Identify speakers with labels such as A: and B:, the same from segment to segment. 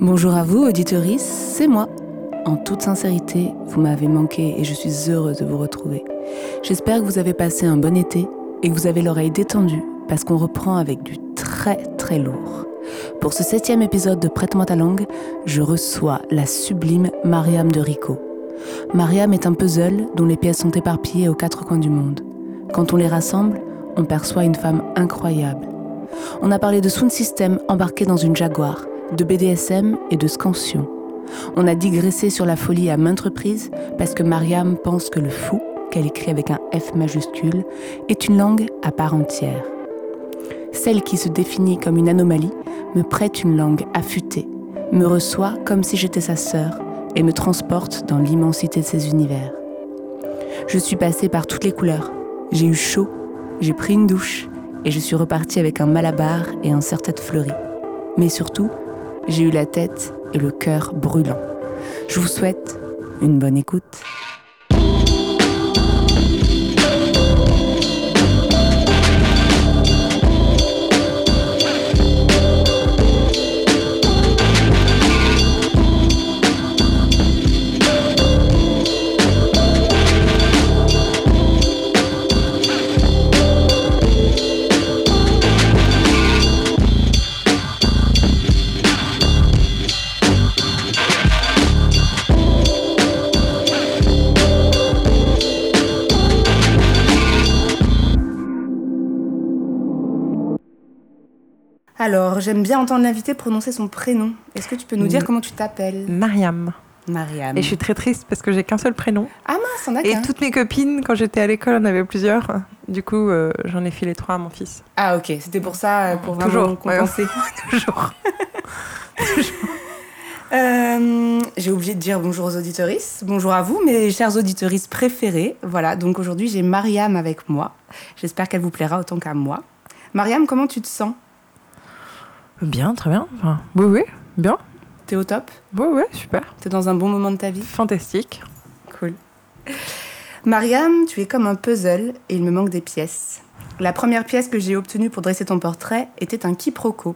A: Bonjour à vous, auditoris, c'est moi. En toute sincérité, vous m'avez manqué et je suis heureuse de vous retrouver. J'espère que vous avez passé un bon été et que vous avez l'oreille détendue parce qu'on reprend avec du très très lourd. Pour ce septième épisode de Prête-moi ta langue, je reçois la sublime Mariam de Rico. Mariam est un puzzle dont les pièces sont éparpillées aux quatre coins du monde. Quand on les rassemble, on perçoit une femme incroyable. On a parlé de Sound System embarqué dans une Jaguar, de BDSM et de Scansion. On a digressé sur la folie à maintes reprises parce que Mariam pense que le fou, qu'elle écrit avec un F majuscule, est une langue à part entière. Celle qui se définit comme une anomalie me prête une langue affûtée, me reçoit comme si j'étais sa sœur et me transporte dans l'immensité de ses univers. Je suis passée par toutes les couleurs. J'ai eu chaud, j'ai pris une douche et je suis repartie avec un malabar et un serre-tête fleuri. Mais surtout, j'ai eu la tête et le cœur brûlant. Je vous souhaite une bonne écoute.
B: Alors, j'aime bien entendre l'invité prononcer son prénom. Est-ce que tu peux nous dire
C: Mm.
B: comment tu t'appelles
C: Mariam.
A: Mariam.
C: Et je suis très triste parce que j'ai qu'un seul prénom.
B: Ah mince, on a
C: Et
B: qu'un.
C: toutes mes copines, quand j'étais à l'école, en avaient plusieurs. Du coup, euh, j'en ai filé trois à mon fils.
B: Ah ok, c'était pour ça, euh, pour vraiment
C: Toujours, ouais.
B: compenser.
C: Toujours.
B: Euh, j'ai oublié de dire bonjour aux auditorices, bonjour à vous, mes chers auditorices préférés. Voilà, donc aujourd'hui j'ai Mariam avec moi. J'espère qu'elle vous plaira autant qu'à moi. Mariam, comment tu te sens
C: Bien, très bien. Enfin, oui, oui, bien.
B: T'es au top
C: Oui, oui, super.
B: T'es dans un bon moment de ta vie
C: Fantastique.
B: Cool. Mariam, tu es comme un puzzle et il me manque des pièces. La première pièce que j'ai obtenue pour dresser ton portrait était un quiproquo.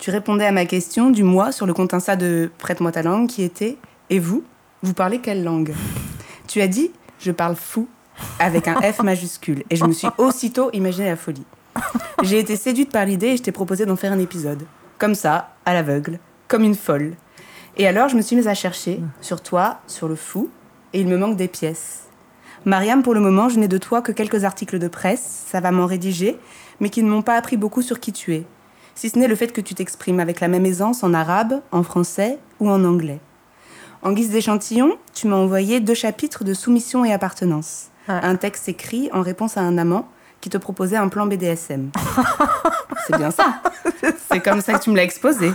B: Tu répondais à ma question du mois sur le compte Insta de Prête-moi ta langue qui était Et vous Vous parlez quelle langue Tu as dit Je parle fou avec un F majuscule et je me suis aussitôt imaginé la folie. J'ai été séduite par l'idée et je t'ai proposé d'en faire un épisode. Comme ça, à l'aveugle, comme une folle. Et alors, je me suis mise à chercher sur toi, sur le fou, et il me manque des pièces. Mariam, pour le moment, je n'ai de toi que quelques articles de presse, ça va m'en rédiger, mais qui ne m'ont pas appris beaucoup sur qui tu es, si ce n'est le fait que tu t'exprimes avec la même aisance en arabe, en français ou en anglais. En guise d'échantillon, tu m'as envoyé deux chapitres de soumission et appartenance.
C: Ouais.
B: Un texte écrit en réponse à un amant qui te proposait un plan BDSM. C'est bien ça. C'est comme ça que tu me l'as exposé.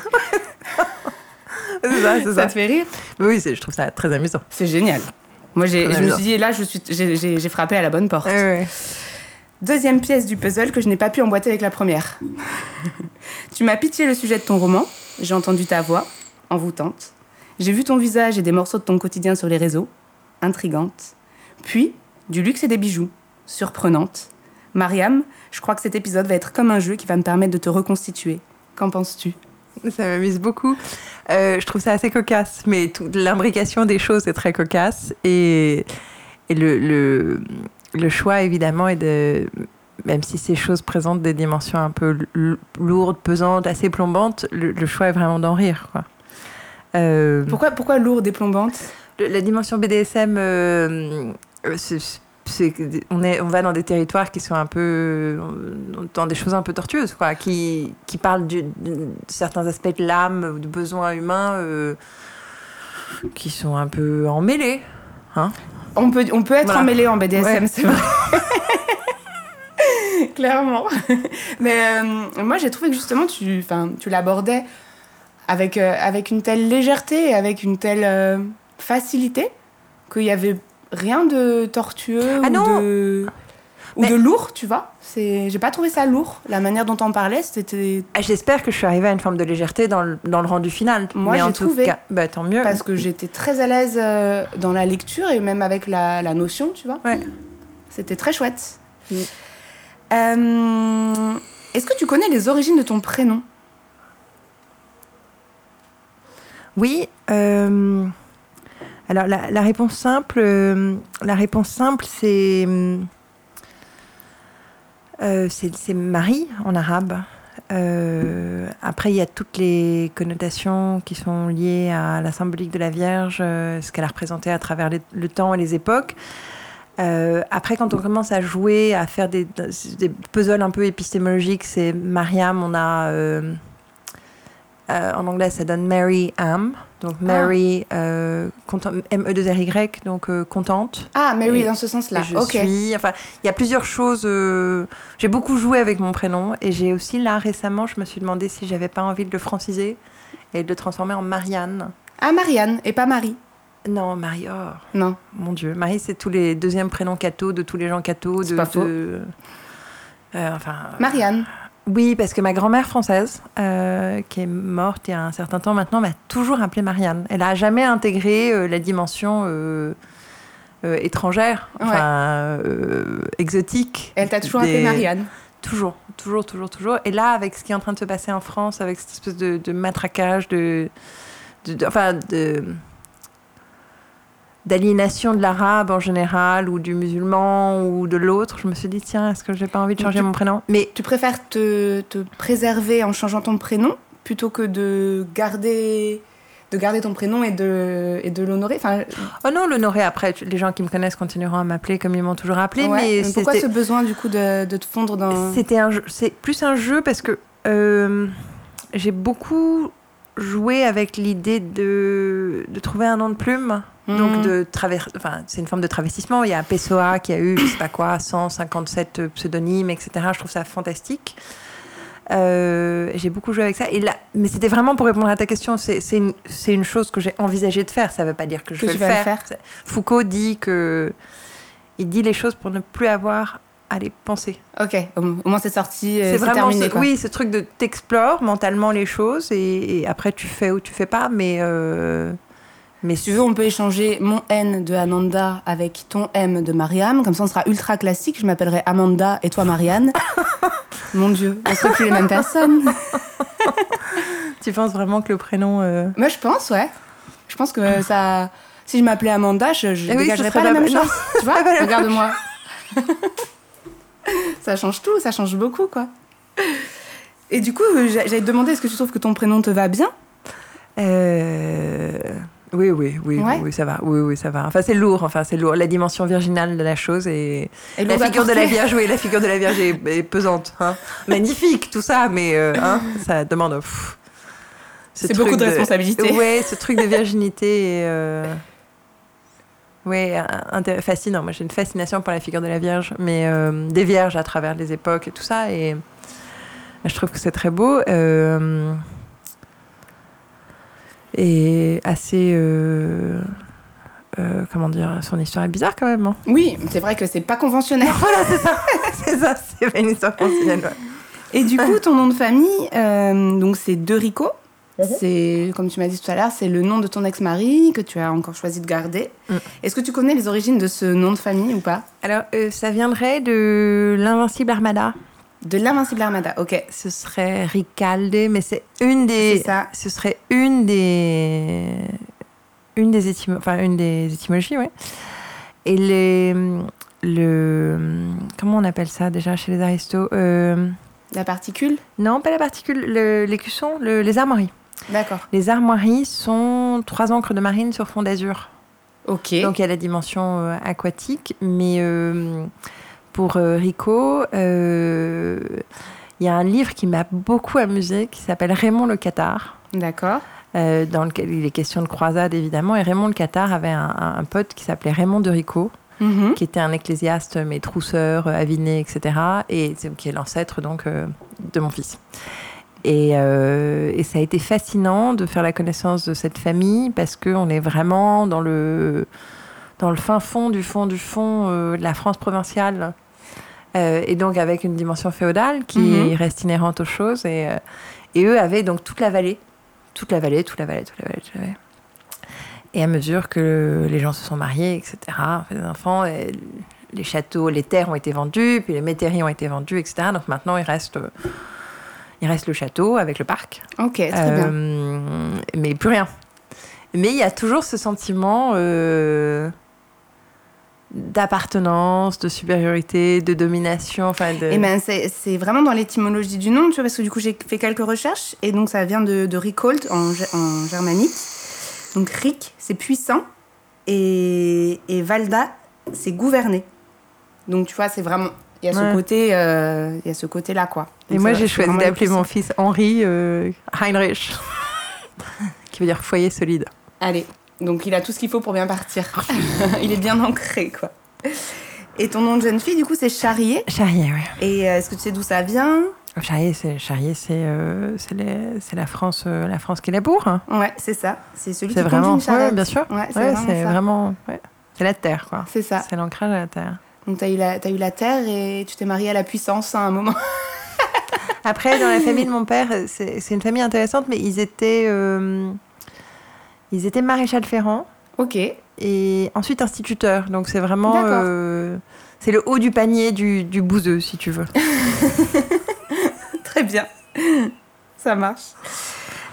C: C'est ça, c'est
B: Ça
C: ça.
B: te fait rire
C: Oui, c'est- je trouve ça très amusant.
B: C'est génial. Moi, j'ai,
C: Très
B: je me
C: bien.
B: suis dit, là, je suis, j'ai, j'ai- j'ai frappé à la bonne porte.
C: Oui, oui.
B: Deuxième pièce du puzzle que je n'ai pas pu emboîter avec la première. tu m'as pitié le sujet de ton roman, j'ai entendu ta voix, envoûtante. J'ai vu ton visage et des morceaux de ton quotidien sur les réseaux, intrigante. Puis, du luxe et des bijoux, surprenante. Mariam, je crois que cet épisode va être comme un jeu qui va me permettre de te reconstituer. Qu'en penses-tu
C: Ça m'amuse beaucoup. Euh, je trouve ça assez cocasse, mais tout- l'imbrication des choses est très cocasse. Et, et le, le, le choix, évidemment, est de. Même si ces choses présentent des dimensions un peu l- lourdes, pesantes, assez plombantes, le, le choix est vraiment d'en rire. quoi. Euh,
B: pourquoi, pourquoi lourde et plombante
C: le- la dimension BDSM, euh, euh, c'est- c'est que des- on, est, on va dans des territoires qui sont un peu. euh, dans des choses un peu tortueuses, quoi, qui, qui parlent du- du- de certains aspects de l'âme, ou de besoins humains, euh, qui sont un peu emmêlés.
B: On peut, on peut être
C: Voilà.
B: emmêlé en BDSM,
C: Ouais.
B: c'est vrai. Clairement. Mais euh, moi, j'ai trouvé que justement, tu, 'fin, tu l'abordais avec, euh, avec une telle légèreté et avec une telle euh, facilité qu'il n'y avait rien de tortueux
C: Ah
B: ou,
C: non
B: de, ou
C: Mais-
B: de lourd, tu vois. C'est- J'ai pas trouvé ça lourd. La manière dont on parlait, c'était
C: Ah, J'espère que je suis arrivée à une forme de légèreté dans le, dans le rendu final.
B: Moi,
C: Mais en
B: j'ai
C: tout
B: trouvé.
C: cas, bah, tant mieux.
B: parce que j'étais très à l'aise euh, dans la lecture et même avec la, la notion, tu vois.
C: Ouais.
B: C'était très chouette.
C: Oui.
B: Euh, Est-ce que tu connais les origines de ton prénom
C: Oui. euh, alors la, la réponse simple, euh, la réponse simple, c'est hum, euh, c'est c'est mari en arabe. Euh, après, il y a toutes les connotations qui sont liées à la symbolique de la Vierge, euh, ce qu'elle a représenté à travers les- le temps et les époques. Euh, après, quand on commence à jouer, à faire des, des puzzles un peu épistémologiques, c'est Mariam, on a. euh, euh, en anglais, ça donne Mary Am. Donc Mary, euh, content- M-E-2-R-Y, donc euh, contente.
B: Ah, mais oui,
C: Et
B: dans ce sens-là.
C: Je
B: Ok.
C: suis. Enfin, il y a plusieurs choses. euh, j'ai beaucoup joué avec mon prénom et j'ai aussi, là, récemment, je me suis demandé si j'avais pas envie de le franciser et de le transformer en Marianne.
B: Ah, Marianne et pas Marie.
C: Non, Marie, oh,
B: Non.
C: mon Dieu. Marie, c'est tous les deuxièmes prénoms cathos de tous les gens cathos.
B: C'est
C: de-
B: pas faux.
C: de- euh, enfin,
B: Marianne.
C: oui, parce que ma grand-mère française, euh, qui est morte il y a un certain temps maintenant, m'a toujours appelée Marianne. Elle n'a jamais intégré euh, la dimension euh, euh, étrangère,
B: Ouais.
C: enfin, euh, exotique.
B: Elle t'a toujours appelée
C: des-
B: Marianne.
C: Toujours, toujours, toujours, toujours. Et là, avec ce qui est en train de se passer en France, avec cette espèce de, de matraquage, de, de- de- enfin, de d'aliénation de l'arabe en général, ou du musulman, ou de l'autre, je me suis dit, tiens, est-ce que j'ai pas envie de
B: Donc
C: changer
B: tu-
C: mon prénom Mais
B: Tu préfères te, te préserver en changeant ton prénom plutôt que de garder, de garder ton prénom et de, et de l'honorer enfin,
C: Oh non, l'honorer après, tu- les gens qui me connaissent continueront à m'appeler comme ils m'ont toujours appelé,
B: ouais.
C: mais,
B: Mais pourquoi hein
C: c'était-
B: ce besoin du coup de, de te fondre dans.
C: c'était un jeu- c'est plus un jeu parce que euh, j'ai beaucoup joué avec l'idée de, de trouver un nom de plume.
B: Mhm.
C: Donc de travers, enfin c'est une forme de travestissement. Il y a Pessoa qui a eu, je sais pas quoi, 157 pseudonymes, etc. Je trouve ça fantastique. Euh, j'ai beaucoup joué avec ça. Et là, mais c'était vraiment pour répondre à ta question. C'est c'est une, c'est une chose que j'ai envisagé de faire. Ça veut pas dire que je
B: Que
C: vais
B: tu
C: le
B: vas le
C: faire.
B: faire.
C: C'est- Foucault dit que il dit les choses pour ne plus avoir à les penser.
B: Ok, au, au moins c'est sorti, euh,
C: c'est
B: c'est
C: vraiment
B: terminé.
C: ce,
B: quoi.
C: oui, ce truc de t'explores mentalement les choses et, et après tu fais ou tu fais pas. Mais euh, mais
B: Si tu veux, on peut échanger mon N de Ananda avec ton M de Mariam. Comme ça, on sera ultra classique. Je m'appellerai Amanda et toi, Marianne. Mon Dieu, on serait plus les mêmes personnes.
C: tu penses vraiment que le prénom euh,
B: Moi, je pense, ouais. Je pense que ça. Si je m'appelais Amanda, je, je
C: Eh oui,
B: dégagerais
C: ce
B: pas la
C: serait pas-
B: même
C: non.
B: chose. Tu vois
C: Pas la même
B: Regarde-moi. ça change tout, ça change beaucoup, quoi. Et du coup, euh, j'a- j'allais te demander, est-ce que tu trouves que ton prénom te va bien
C: Euh, Oui, oui, oui,
B: Ouais.
C: oui, oui, ça va. Oui, oui, ça va. Enfin, c'est lourd. Enfin, c'est lourd. La dimension virginale de la chose et
B: Et
C: la
B: lourde à
C: figure de la
B: porter.
C: Vierge. Oui, la figure de la Vierge est, est pesante. hein. Magnifique, tout ça, mais euh, hein, ça demande. pff, ce
B: C'est
C: truc
B: beaucoup de responsabilités.
C: Ouais, ce truc de virginité. et, euh, Ouais, intér- fascinant. Moi, j'ai une fascination pour la figure de la Vierge, mais euh, des vierges à travers les époques et tout ça. Et euh, je trouve que c'est très beau. euh, et assez. euh, euh, comment dire Son histoire est bizarre quand même. hein.
B: Oui, c'est vrai que c'est pas conventionnel.
C: Voilà, c'est ça. c'est ça, c'est pas une histoire conventionnelle. ouais.
B: Et du coup, ton nom de famille, euh, donc c'est De Rico.
C: Mhm.
B: C'est, comme tu m'as dit tout à l'heure, c'est le nom de ton ex-mari que tu as encore choisi de garder.
C: Mhm.
B: Est-ce que tu connais les origines de ce nom de famille ou pas
C: Alors, euh, ça viendrait de l'Invincible Armada.
B: De l'Invincible Armada, ok.
C: Ce serait Ricalde, mais c'est une des.
B: C'est ça.
C: Ce serait une des. Une des, étymo- enfin, une des étymologies, ouais. Et les. Le. Comment on appelle ça déjà chez les aristos Euh,
B: La particule
C: Non, pas la particule, le- l'écusson, le- les armoiries.
B: D'accord.
C: Les armoiries sont trois encres de marine sur fond d'azur.
B: Ok.
C: Donc il y a la dimension euh, aquatique, mais euh, pour euh, Rico, euh, il y a un livre qui m'a beaucoup amusé qui s'appelle Raymond le Qatar.
B: D'accord.
C: euh, dans lequel il est question de croisade évidemment, et Raymond le Qatar avait un, un- un pote qui s'appelait Raymond de Rico,
B: Mhm.
C: qui était un ecclésiaste, mais trousseur, euh, aviné, etc., et c'est- qui est l'ancêtre donc euh, de mon fils. Et, euh, et ça a été fascinant de faire la connaissance de cette famille parce qu'on est vraiment dans le, dans le fin fond du fond du fond euh, de la France provinciale. Euh, et donc avec une dimension féodale qui
B: Mhm.
C: reste inhérente aux choses. Et, euh, et eux avaient donc toute la vallée. Toute la vallée, toute la vallée, toute la vallée, toute la vallée. Et à mesure que les gens se sont mariés, etc., ont fait des enfants, et les châteaux, les terres ont été vendues, puis les métairies ont été vendues, etc. Donc maintenant, il reste, euh, il reste le château avec le parc.
B: Ok, Eh, très bien.
C: Euh, Mais plus rien. Mais il y a toujours ce sentiment euh, d'appartenance, de supériorité, de domination. Enfin, de...
B: Et ben c'est c'est vraiment dans l'étymologie du nom, tu vois, parce que du coup j'ai fait quelques recherches et donc ça vient de, de Rickold en, ge- en germanique. Donc Rick, c'est puissant et, et Valda, c'est gouverner. Donc tu vois, c'est vraiment il y a ce
C: Ouais.
B: côté euh, il y a ce côté là quoi.
C: Et
B: Donc,
C: moi,
B: c'est-
C: j'ai
B: c'est
C: choisi
B: vraiment
C: d'appeler
B: le
C: mon
B: puissant.
C: fils Henri euh, Heinrich, qui veut dire foyer solide.
B: Allez, donc il a tout ce qu'il faut pour bien partir. il est bien ancré quoi. Et ton nom de jeune fille du coup c'est Charrier
C: Charrier, oui.
B: et euh, est-ce que tu sais d'où ça vient
C: Charrier, c'est Charrier, c'est euh, c'est les- c'est la France, euh, la France qui laboure. hein.
B: Ouais, c'est ça. C'est celui
C: C'est
B: qui conduit
C: vraiment,
B: une charrette.
C: ouais, bien sûr.
B: Ouais, c'est
C: Ouais,
B: vraiment
C: c'est
B: ça.
C: vraiment, ouais. c'est la terre, quoi.
B: C'est ça.
C: C'est l'ancrage à la terre.
B: Donc t'as eu la t'as eu la terre et tu t'es mariée à la puissance hein, à un moment.
C: Après, dans la famille de mon père, euh, c'est c'est une famille intéressante, mais ils étaient, euh, ils étaient maréchal ferrant
B: Ok.
C: et ensuite instituteur. Donc c'est vraiment,
B: D'accord.
C: euh, c'est le haut du panier du, du bouseux, si tu veux.
B: Très bien. Ça marche.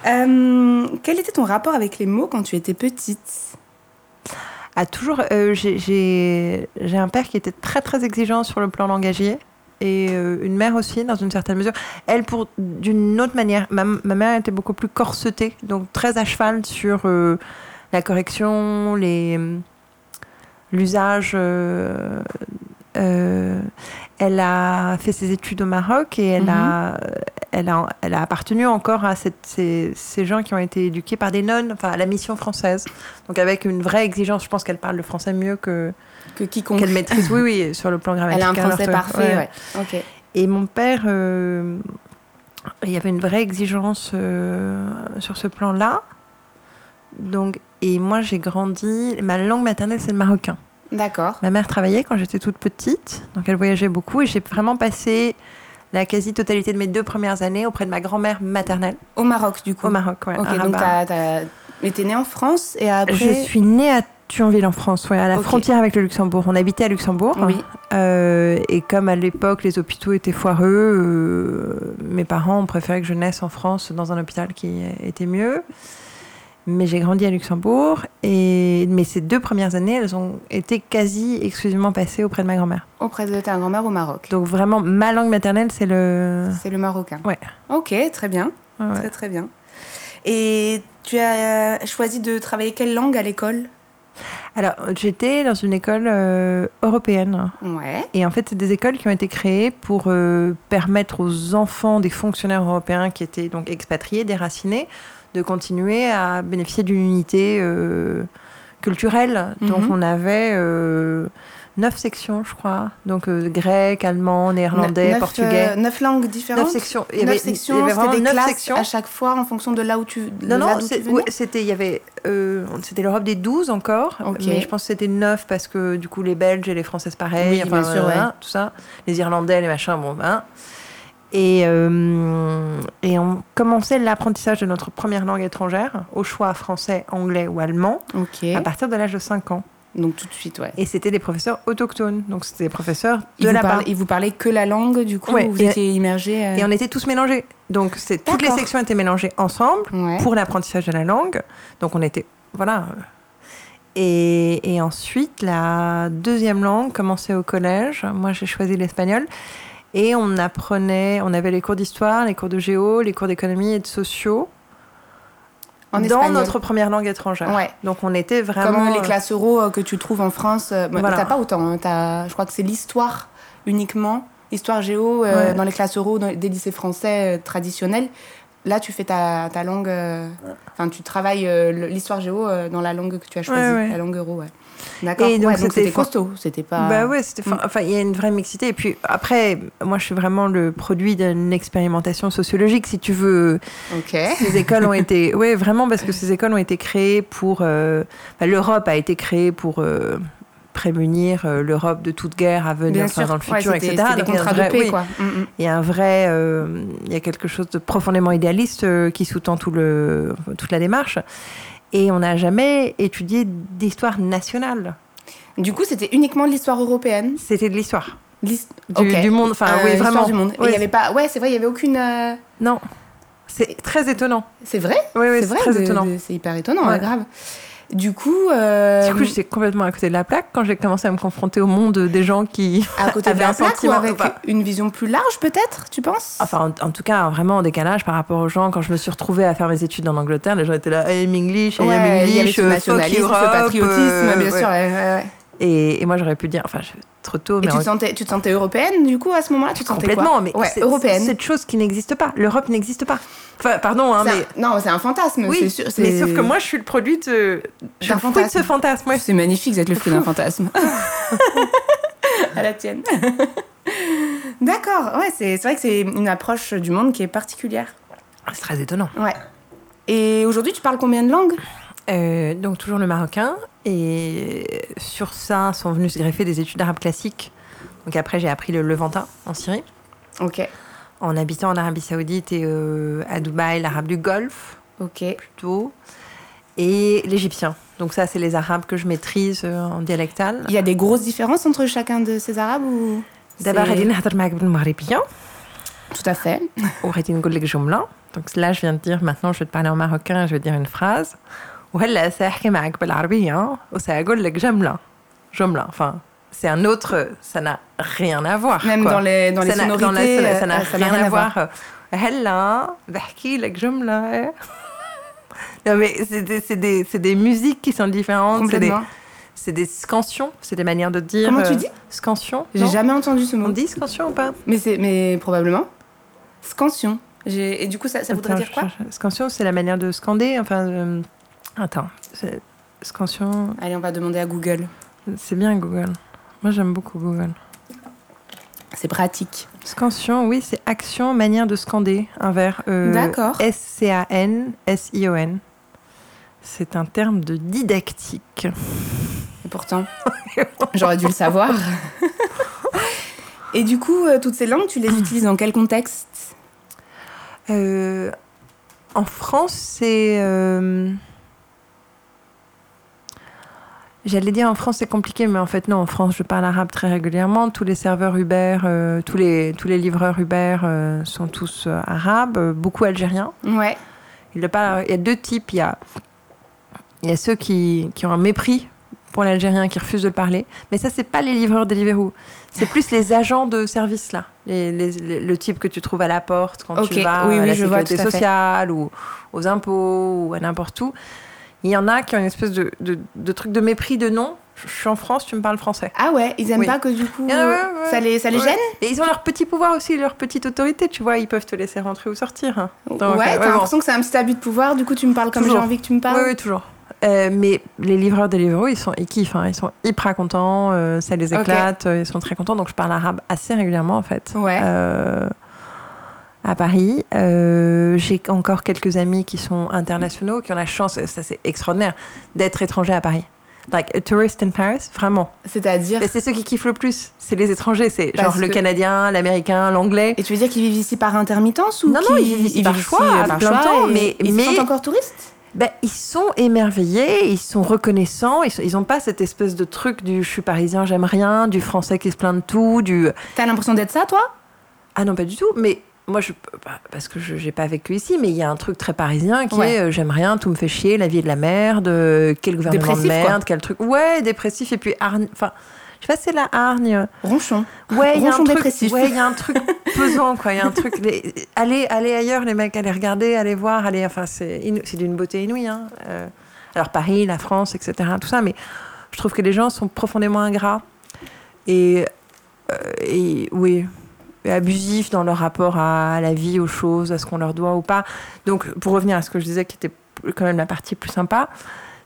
B: Euh, quel était ton rapport avec les mots quand tu étais petite
C: a toujours. euh, j'ai- J'ai j'ai un père qui était très très exigeant sur le plan langagier et euh, une mère aussi dans une certaine mesure. Elle pour d'une autre manière. Ma, ma mère était beaucoup plus corsetée, donc très à cheval sur euh, la correction, les euh, l'usage. euh, euh, elle a fait ses études au Maroc et elle,
B: Mhm.
C: a, elle, a, elle a appartenu encore à cette- ces, ces gens qui ont été éduqués par des nonnes, enfin à la mission française. Donc avec une vraie exigence, je pense qu'elle parle le français mieux que
B: que quiconque
C: qu'elle maîtrise. Oui, oui, sur le plan
B: Elle
C: grammatical.
B: a un français
C: orthographe,
B: parfait.
C: euh, ouais.
B: Ouais. Ok.
C: Et mon père, euh, il y avait une vraie exigence euh, sur ce plan-là. Donc, et moi, j'ai grandi. Ma langue maternelle, c'est le marocain.
B: D'accord.
C: Ma mère travaillait quand j'étais toute petite, donc elle voyageait beaucoup et j'ai vraiment passé la quasi-totalité de mes deux premières années auprès de ma grand-mère maternelle
B: Au Maroc du coup.
C: au Maroc. ouais,
B: Ok.
C: à
B: donc
C: Rabat.
B: t'as, t'as- mais t'es née en France et après.
C: Je suis née à Thionville en France, ouais, à la
B: Ok.
C: frontière avec le Luxembourg. On habitait à Luxembourg
B: Oui.
C: euh, et comme à l'époque les hôpitaux étaient foireux, euh, mes parents ont préféré que je naisse en France dans un hôpital qui était mieux. Mais j'ai grandi à Luxembourg et mes ces deux premières années, elles ont été quasi exclusivement passées auprès de ma grand-mère.
B: Auprès de ta grand-mère au Maroc.
C: Donc vraiment, ma langue maternelle, c'est le...
B: C'est le marocain.
C: Ouais.
B: Ok. Très bien.
C: Ouais, ouais.
B: Très très bien. Et tu as euh, choisi de travailler quelle langue à l'école
C: Alors, j'étais dans une école euh, européenne.
B: Ouais.
C: Et en fait, c'est des écoles qui ont été créées pour euh, permettre aux enfants des fonctionnaires européens qui étaient donc expatriés, déracinés, de continuer à bénéficier d'une unité euh, culturelle. Donc,
B: Mhm.
C: on avait euh, neuf sections, je crois. Donc, euh, grec, allemand, néerlandais,
B: Neuf,
C: portugais.
B: euh, neuf langues différentes.
C: Neuf sections. Il y
B: Neuf
C: avait, il y
B: sections,
C: avait
B: c'était
C: vraiment
B: des
C: neuf
B: classes
C: sections.
B: à chaque fois en fonction de là où tu, de
C: Non,
B: là
C: non,
B: d'où tu
C: c'est-
B: venais
C: ouais, c'était, il y avait, euh, c'était l'Europe des 12 encore,
B: Ok.
C: mais je pense que c'était 9 parce que du coup les Belges et les Françaises pareil,
B: Oui, bien sûr,
C: hein,
B: ouais.
C: tout ça, les Irlandais, les machins, bon, hein. Et, euh, et on commençait l'apprentissage de notre première langue étrangère, au choix français, anglais ou allemand, à
B: Ok.
C: partir de l'âge de 5 ans.
B: Donc tout de suite, ouais.
C: Et c'était des professeurs autochtones, donc c'était des professeurs
B: Ils
C: de
B: vous,
C: la part.
B: parlaient, ils vous parlaient que la langue, du coup,
C: Ouais,
B: vous
C: et-
B: étiez immergés. euh,
C: Et on était tous mélangés. Donc c'est, toutes les
B: D'accord.
C: sections étaient mélangées ensemble.
B: Ouais.
C: pour l'apprentissage de la langue. Donc on était, voilà. Et, et ensuite, la deuxième langue commençait au collège. Moi, j'ai choisi l'espagnol. Et on apprenait, on avait les cours d'histoire, les cours de géo, les cours d'économie et de sociaux
B: En
C: dans
B: espagnol.
C: notre première langue étrangère.
B: Ouais.
C: Donc on était
B: Comme
C: vraiment.
B: les classes euro euh, que tu trouves en France. euh, bah,
C: Voilà.
B: T'as pas autant. hein, t'as- je crois que c'est l'histoire uniquement, histoire géo, euh,
C: Ouais.
B: dans les classes euro dans- des lycées français euh, traditionnels. Là, tu fais ta, ta langue. euh, Enfin, tu travailles euh, le- l'histoire géo euh, dans la langue que tu as choisie,
C: Ouais, ouais.
B: la langue euro, ouais. D'accord.
C: Et
B: Ouais,
C: donc,
B: donc,
C: c'était
B: c'était
C: fort-
B: costaud. C'était pas.
C: Bah ouais, c'était.
B: mm.
C: enfin, Enfin, il y a une vraie mixité. Et puis après, moi, je suis vraiment le produit d'une expérimentation sociologique, si tu veux.
B: Ok.
C: Ces écoles ont été, oui, vraiment, parce que ces écoles ont été créées pour. euh, enfin, L'Europe a été créée pour euh, prémunir euh, l'Europe de toute guerre à venir,
B: Bien
C: enfin,
B: sûr.
C: dans le futur,
B: ouais, c'était-
C: etc.
B: c'était des
C: Donc, il y a un
B: contrats
C: vrai-
B: de paix,
C: oui,
B: quoi. Mm, mm.
C: Il y a un vrai, euh, il y a quelque chose de profondément idéaliste euh, qui sous-tend tout le, toute la démarche. Et on n'a jamais étudié d'histoire nationale.
B: mm. Du coup, c'était uniquement de l'histoire européenne.
C: C'était de l'histoire
B: L'his-
C: du,
B: Ok.
C: du monde. Enfin,
B: Euh,
C: oui,
B: l'histoire
C: vraiment.
B: du monde. Et
C: Oui,
B: il y avait pas. Ouais, c'est vrai, il y avait aucune. euh,
C: Non. C'est très étonnant.
B: C'est vrai
C: Oui, oui,
B: C'est
C: c'est
B: vrai,
C: très
B: de-
C: étonnant.
B: de- c'est hyper étonnant,
C: Ouais.
B: hein, grave. Du coup, euh,
C: Du coup, j'étais complètement à côté de la plaque quand j'ai commencé à me confronter au monde des gens qui.
B: à côté de
C: avait
B: la
C: un
B: plaque ou
C: sentiment,
B: avec
C: enfin-
B: une vision plus large, peut-être, tu penses
C: Enfin, en, en tout cas, vraiment en décalage par rapport aux gens. Quand je me suis retrouvée à faire mes études en Angleterre, les gens étaient là, Eh, I'm English, I'm
B: Ouais, il y avait
C: English,
B: ce
C: euh, fuck
B: nationalisme, ce
C: Europe,
B: patriotisme,
C: euh,
B: bien
C: ouais.
B: sûr. ouais, ouais, ouais.
C: Et, et moi, j'aurais pu dire, enfin, je- trop tôt,
B: Et
C: mais
B: tu
C: en-
B: te, sentais, tu te sentais européenne, du coup, à ce moment-là Tu te sentais quoi
C: complètement. Mais
B: Ouais,
C: c'est-
B: européenne.
C: Cette chose qui n'existe pas. L'Europe n'existe pas. Enfin, pardon, hein,
B: C'est un-
C: mais.
B: Non, c'est un fantasme, c'est
C: Oui,
B: sûr.
C: mais
B: c'est-
C: sauf que moi, je suis le produit de. Je suis
B: D'un
C: le fruit de
B: fantasme.
C: ce fantasme. ouais.
B: C'est magnifique d'être le fruit d'un fantasme. à la tienne. D'accord, ouais, c'est c'est vrai que c'est une approche du monde qui est particulière.
C: C'est très étonnant.
B: Ouais. Et aujourd'hui, tu parles combien de langues
C: Euh, donc toujours le marocain. Et sur ça sont venus se greffer des études d'arabe classique. Donc après j'ai appris le levantin en Syrie,
B: Ok,
C: en habitant en Arabie Saoudite et euh, à Dubaï l'arabe du Golfe
B: ok.
C: plutôt, et l'égyptien. Donc ça c'est les arabes que je maîtrise euh, en dialectal.
B: Il y a des grosses différences entre chacun de ces arabes ou
C: D'abord
B: C'est-
C: غادي نهضر معاك بالمغربية
B: Tout à fait.
C: وغادي نقول لك جملة. Donc là je viens de dire maintenant je vais te parler en marocain, je vais te dire une phrase. وهلا سأحكي معك بالعربية وسأقول لك جملة. جملة enfin c'est un autre, ça n'a rien à voir.
B: Même
C: Ah, quoi.
B: dans les, dans les
C: ça n'a-
B: sonorités.
C: dans la- ça n'a- ça n'a
B: euh,
C: rien, à voir. هلا بحكي لك جملة. eh. Non mais c'est des, c'est des- c'est des musiques qui sont différentes, c'est des,
B: Complètement.
C: c'est des scansions, c'est des manières de dire.
B: Comment tu
C: euh,
B: dis
C: Scansion.
B: J'ai
C: non
B: jamais entendu ce mot.
C: On dit scansion ou pas
B: Mais c'est mais probablement. Scansion. J'ai- Et du coup, ça, ça voudrait
C: Attends,
B: dire
C: je
B: quoi
C: cherche. Scansion, c'est la manière de scander. Enfin, euh, attends. c'est- Scansion,
B: Allez, on va demander à Google.
C: c'est bien Google. Moi, j'aime beaucoup Google.
B: C'est pratique.
C: Scansion, oui, c'est action, manière de scander. Un verre. euh,
B: D'accord.
C: S-C-A-N-S-I-O-N. C'est un terme de didactique.
B: Et pourtant, j'aurais dû le savoir. Et du coup, euh, toutes ces langues, tu les
C: Ah.
B: utilises dans quel contexte
C: Euh, en France, c'est. euh, J'allais dire en France c'est compliqué, mais en fait non, en France je parle arabe très régulièrement. Tous les serveurs Uber, euh, tous, les, tous les livreurs Uber euh, sont tous euh, arabes, euh, beaucoup algériens.
B: Ouais.
C: Ils le parlent- Il y a deux types. Il y a, il y a ceux qui, qui ont un mépris pour l'algérien, qui refusent de le parler. Mais ça, c'est pas les livreurs Deliveroo. C'est plus les agents de service, là. Les- les- les- le type que tu trouves à la porte quand
B: Ok,
C: tu vas
B: oui,
C: à
B: oui,
C: la
B: je vois,
C: sécurité
B: tout à fait.
C: sociale ou aux impôts ou à n'importe où. Il y en a qui ont une espèce de, de- de truc de mépris de non. Je suis en France, tu me parles français.
B: Ah ouais, ils aiment
C: Oui.
B: pas que du coup, euh,
C: Ah ouais, ouais.
B: ça les, ça les
C: Ouais.
B: gêne
C: Et ils ont leur petit pouvoir aussi, leur petite autorité, tu vois. Ils peuvent te laisser rentrer ou sortir. hein. Donc, euh,
B: Ouais, t'as
C: bon.
B: l'impression que c'est un petit abus de pouvoir, du coup tu me parles comme j'ai
C: Toujours.
B: envie que tu me
C: Oui,
B: parles.
C: oui, toujours. Euh, mais les livreurs Deliveroo, ils, sont, ils kiffent, hein. ils sont hyper contents, euh, ça les
B: Ok.
C: éclate, euh, ils sont très contents. Donc je parle arabe assez régulièrement en fait.
B: Ouais.
C: Euh, à Paris, Euh, j'ai encore quelques amis qui sont internationaux, qui ont la chance, ça c'est extraordinaire, d'être étrangers à Paris. Like a tourist in Paris, vraiment.
B: C'est-à-dire.
C: Et c'est ceux qui kiffent le plus, c'est les étrangers, c'est genre
B: Parce
C: le
B: que-
C: Canadien, l'Américain, l'Anglais.
B: Et tu veux dire qu'ils vivent ici par intermittence ou
C: Non, non,
B: qu'ils-
C: ils vivent ici par choix,
B: euh,
C: à plein temps,
B: et-
C: mais-
B: et ils se
C: mais-
B: sentent encore touristes
C: Ben, ils sont émerveillés, ils sont reconnaissants, ils sont- ils n'ont pas cette espèce de truc du je suis parisien, j'aime rien, du français qui se plaint de tout, du
B: T'as l'impression d'être ça, toi
C: ah non, pas du tout, mais moi je bah, parce que je n'ai pas vécu ici, mais il y a un truc très parisien qui
B: Ouais.
C: est euh, j'aime rien, tout me fait chier, la vie est de la merde, euh, quel gouvernement
B: Dépressif,
C: de
B: quoi.
C: merde, quel truc. Ouais, dépressif et puis hargne, enfin, je sais pas, c'est la hargne.
B: Ronchon.
C: Ouais, il y a un
B: Ronchon
C: truc,
B: dépressif.
C: ouais, il y a un truc pesant quoi, il y a un truc les- allez allez ailleurs les mecs, allez regarder, allez voir, allez enfin c'est inou- c'est d'une beauté inouïe hein. Euh, alors Paris, la France, etc., tout ça mais je trouve que les gens sont profondément ingrats et, euh, et oui, et abusifs dans leur rapport à la vie, aux choses, à ce qu'on leur doit ou pas. Donc pour revenir à ce que je disais qui était quand même la partie plus sympa,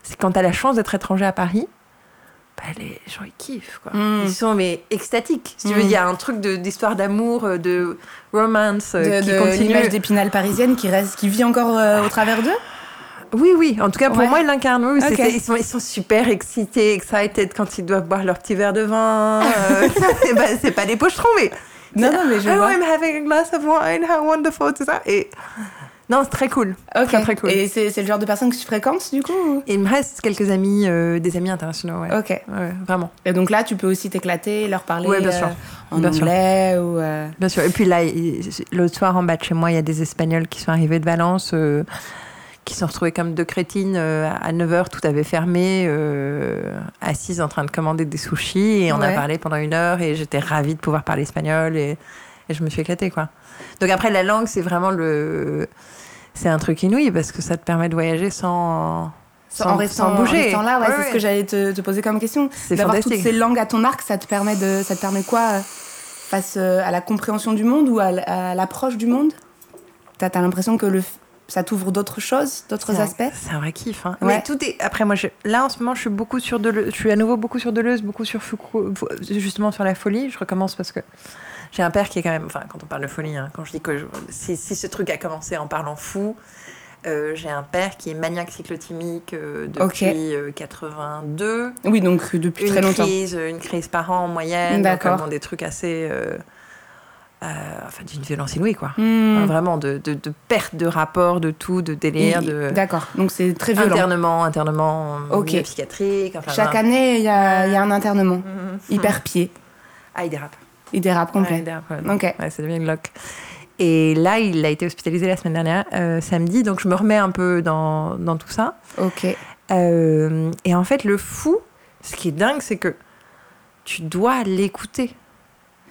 C: c'est quand tu as la chance d'être étranger à Paris, bah, les gens ils kiffent quoi.
B: Mm.
C: Ils sont mais extatiques. Si tu veux,
B: Mm.
C: il y a un truc de- d'histoire d'amour, euh, de romance euh,
B: De,
C: qui
B: de
C: continue.
B: l'image d'épinal parisienne qui, reste, qui vit encore euh, au travers d'eux
C: Oui, oui. En tout cas, pour
B: Ouais.
C: moi, ils l'incarnent. Oui, oui,
B: Ok.
C: c'était- ils, sont, ils sont super excités, excited quand ils doivent boire leur petit verre de vin. euh, c'est pas- c'est pas des pochetrons, mais
B: Non, non, mais je
C: oh,
B: vois.
C: I'm having a glass of wine, how wonderful, tout ça. Et Non, c'est très cool.
B: Ok.
C: Très, très cool.
B: Et c'est c'est le genre de personne que tu fréquentes du coup ou-
C: Et il me reste quelques amis, euh, des amis internationaux, ouais.
B: Ok.
C: Ouais, vraiment,
B: Et donc là, tu peux aussi t'éclater, leur parler euh,
C: Ouais, bien sûr.
B: en
C: Bien sûr.
B: anglais ou. euh,
C: bien sûr. Et puis là, il- l'autre soir, en bas de chez moi, il y a des Espagnols qui sont arrivés de Valence, euh, qui se sont retrouvés comme deux crétines euh, à 9h, tout avait fermé, euh, assises en train de commander des sushis. Et on
B: Ouais.
C: a parlé pendant une heure et j'étais ravie de pouvoir parler espagnol et, et je me suis éclatée, quoi. Donc après, la langue, c'est vraiment le... C'est un truc inouï parce que ça te permet de voyager sans...
B: en restant,
C: sans
B: en
C: bouger.
B: restant là, ouais,
C: Ouais,
B: c'est ce
C: ouais.
B: que j'allais te, te poser comme question.
C: C'est
B: D'avoir toutes
C: fantastique.
B: ces langues à ton arc, ça te permet de, ça te permet quoi euh, face euh, à la compréhension du monde ou à, l- à l'approche du monde T'as as, l'impression que le, f- ça t'ouvre d'autres choses, d'autres
C: C'est un-
B: aspects
C: C'est un vrai kiff. hein.
B: Ouais.
C: Mais tout est. Après, moi, je... là, en ce moment, je suis beaucoup sur Deleuze. Je suis à nouveau beaucoup sur Deleuze, beaucoup sur Foucault, Fou- justement sur la folie. Je recommence parce que j'ai un père qui est quand même. Enfin, quand on parle de folie, hein, quand je dis que je- si, si ce truc a commencé en parlant fou, euh, j'ai un père qui est maniaque cyclotimique euh, depuis
B: Ok.
C: euh, 82.
B: Oui, donc depuis
C: Une
B: très longtemps.
C: crise, euh, une crise par an en moyenne.
B: D'accord.
C: D'accord. Des trucs assez. euh, euh, enfin, d'une violence inouïe, quoi.
B: Hmm.
C: Enfin, vraiment, de, de- de perte de rapport, de tout, de délire, de.
B: D'accord, donc c'est très violent.
C: Internement, internement
B: Ok.
C: milieu psychiatrique. Enfin,
B: Chaque
C: voilà.
B: année, il y, a il y a un internement.
C: Mhm.
B: Hyper pied,
C: Ah, il dérape.
B: il dérape
C: Ouais, il
B: complet.
C: dérape, ouais.
B: Ok.
C: Ouais, ça devient une loque. Et là, il a été hospitalisé la semaine dernière, euh, samedi, donc je me remets un peu dans, dans tout ça.
B: Ok.
C: Euh, et en fait, le fou, ce qui est dingue, c'est que tu dois l'écouter.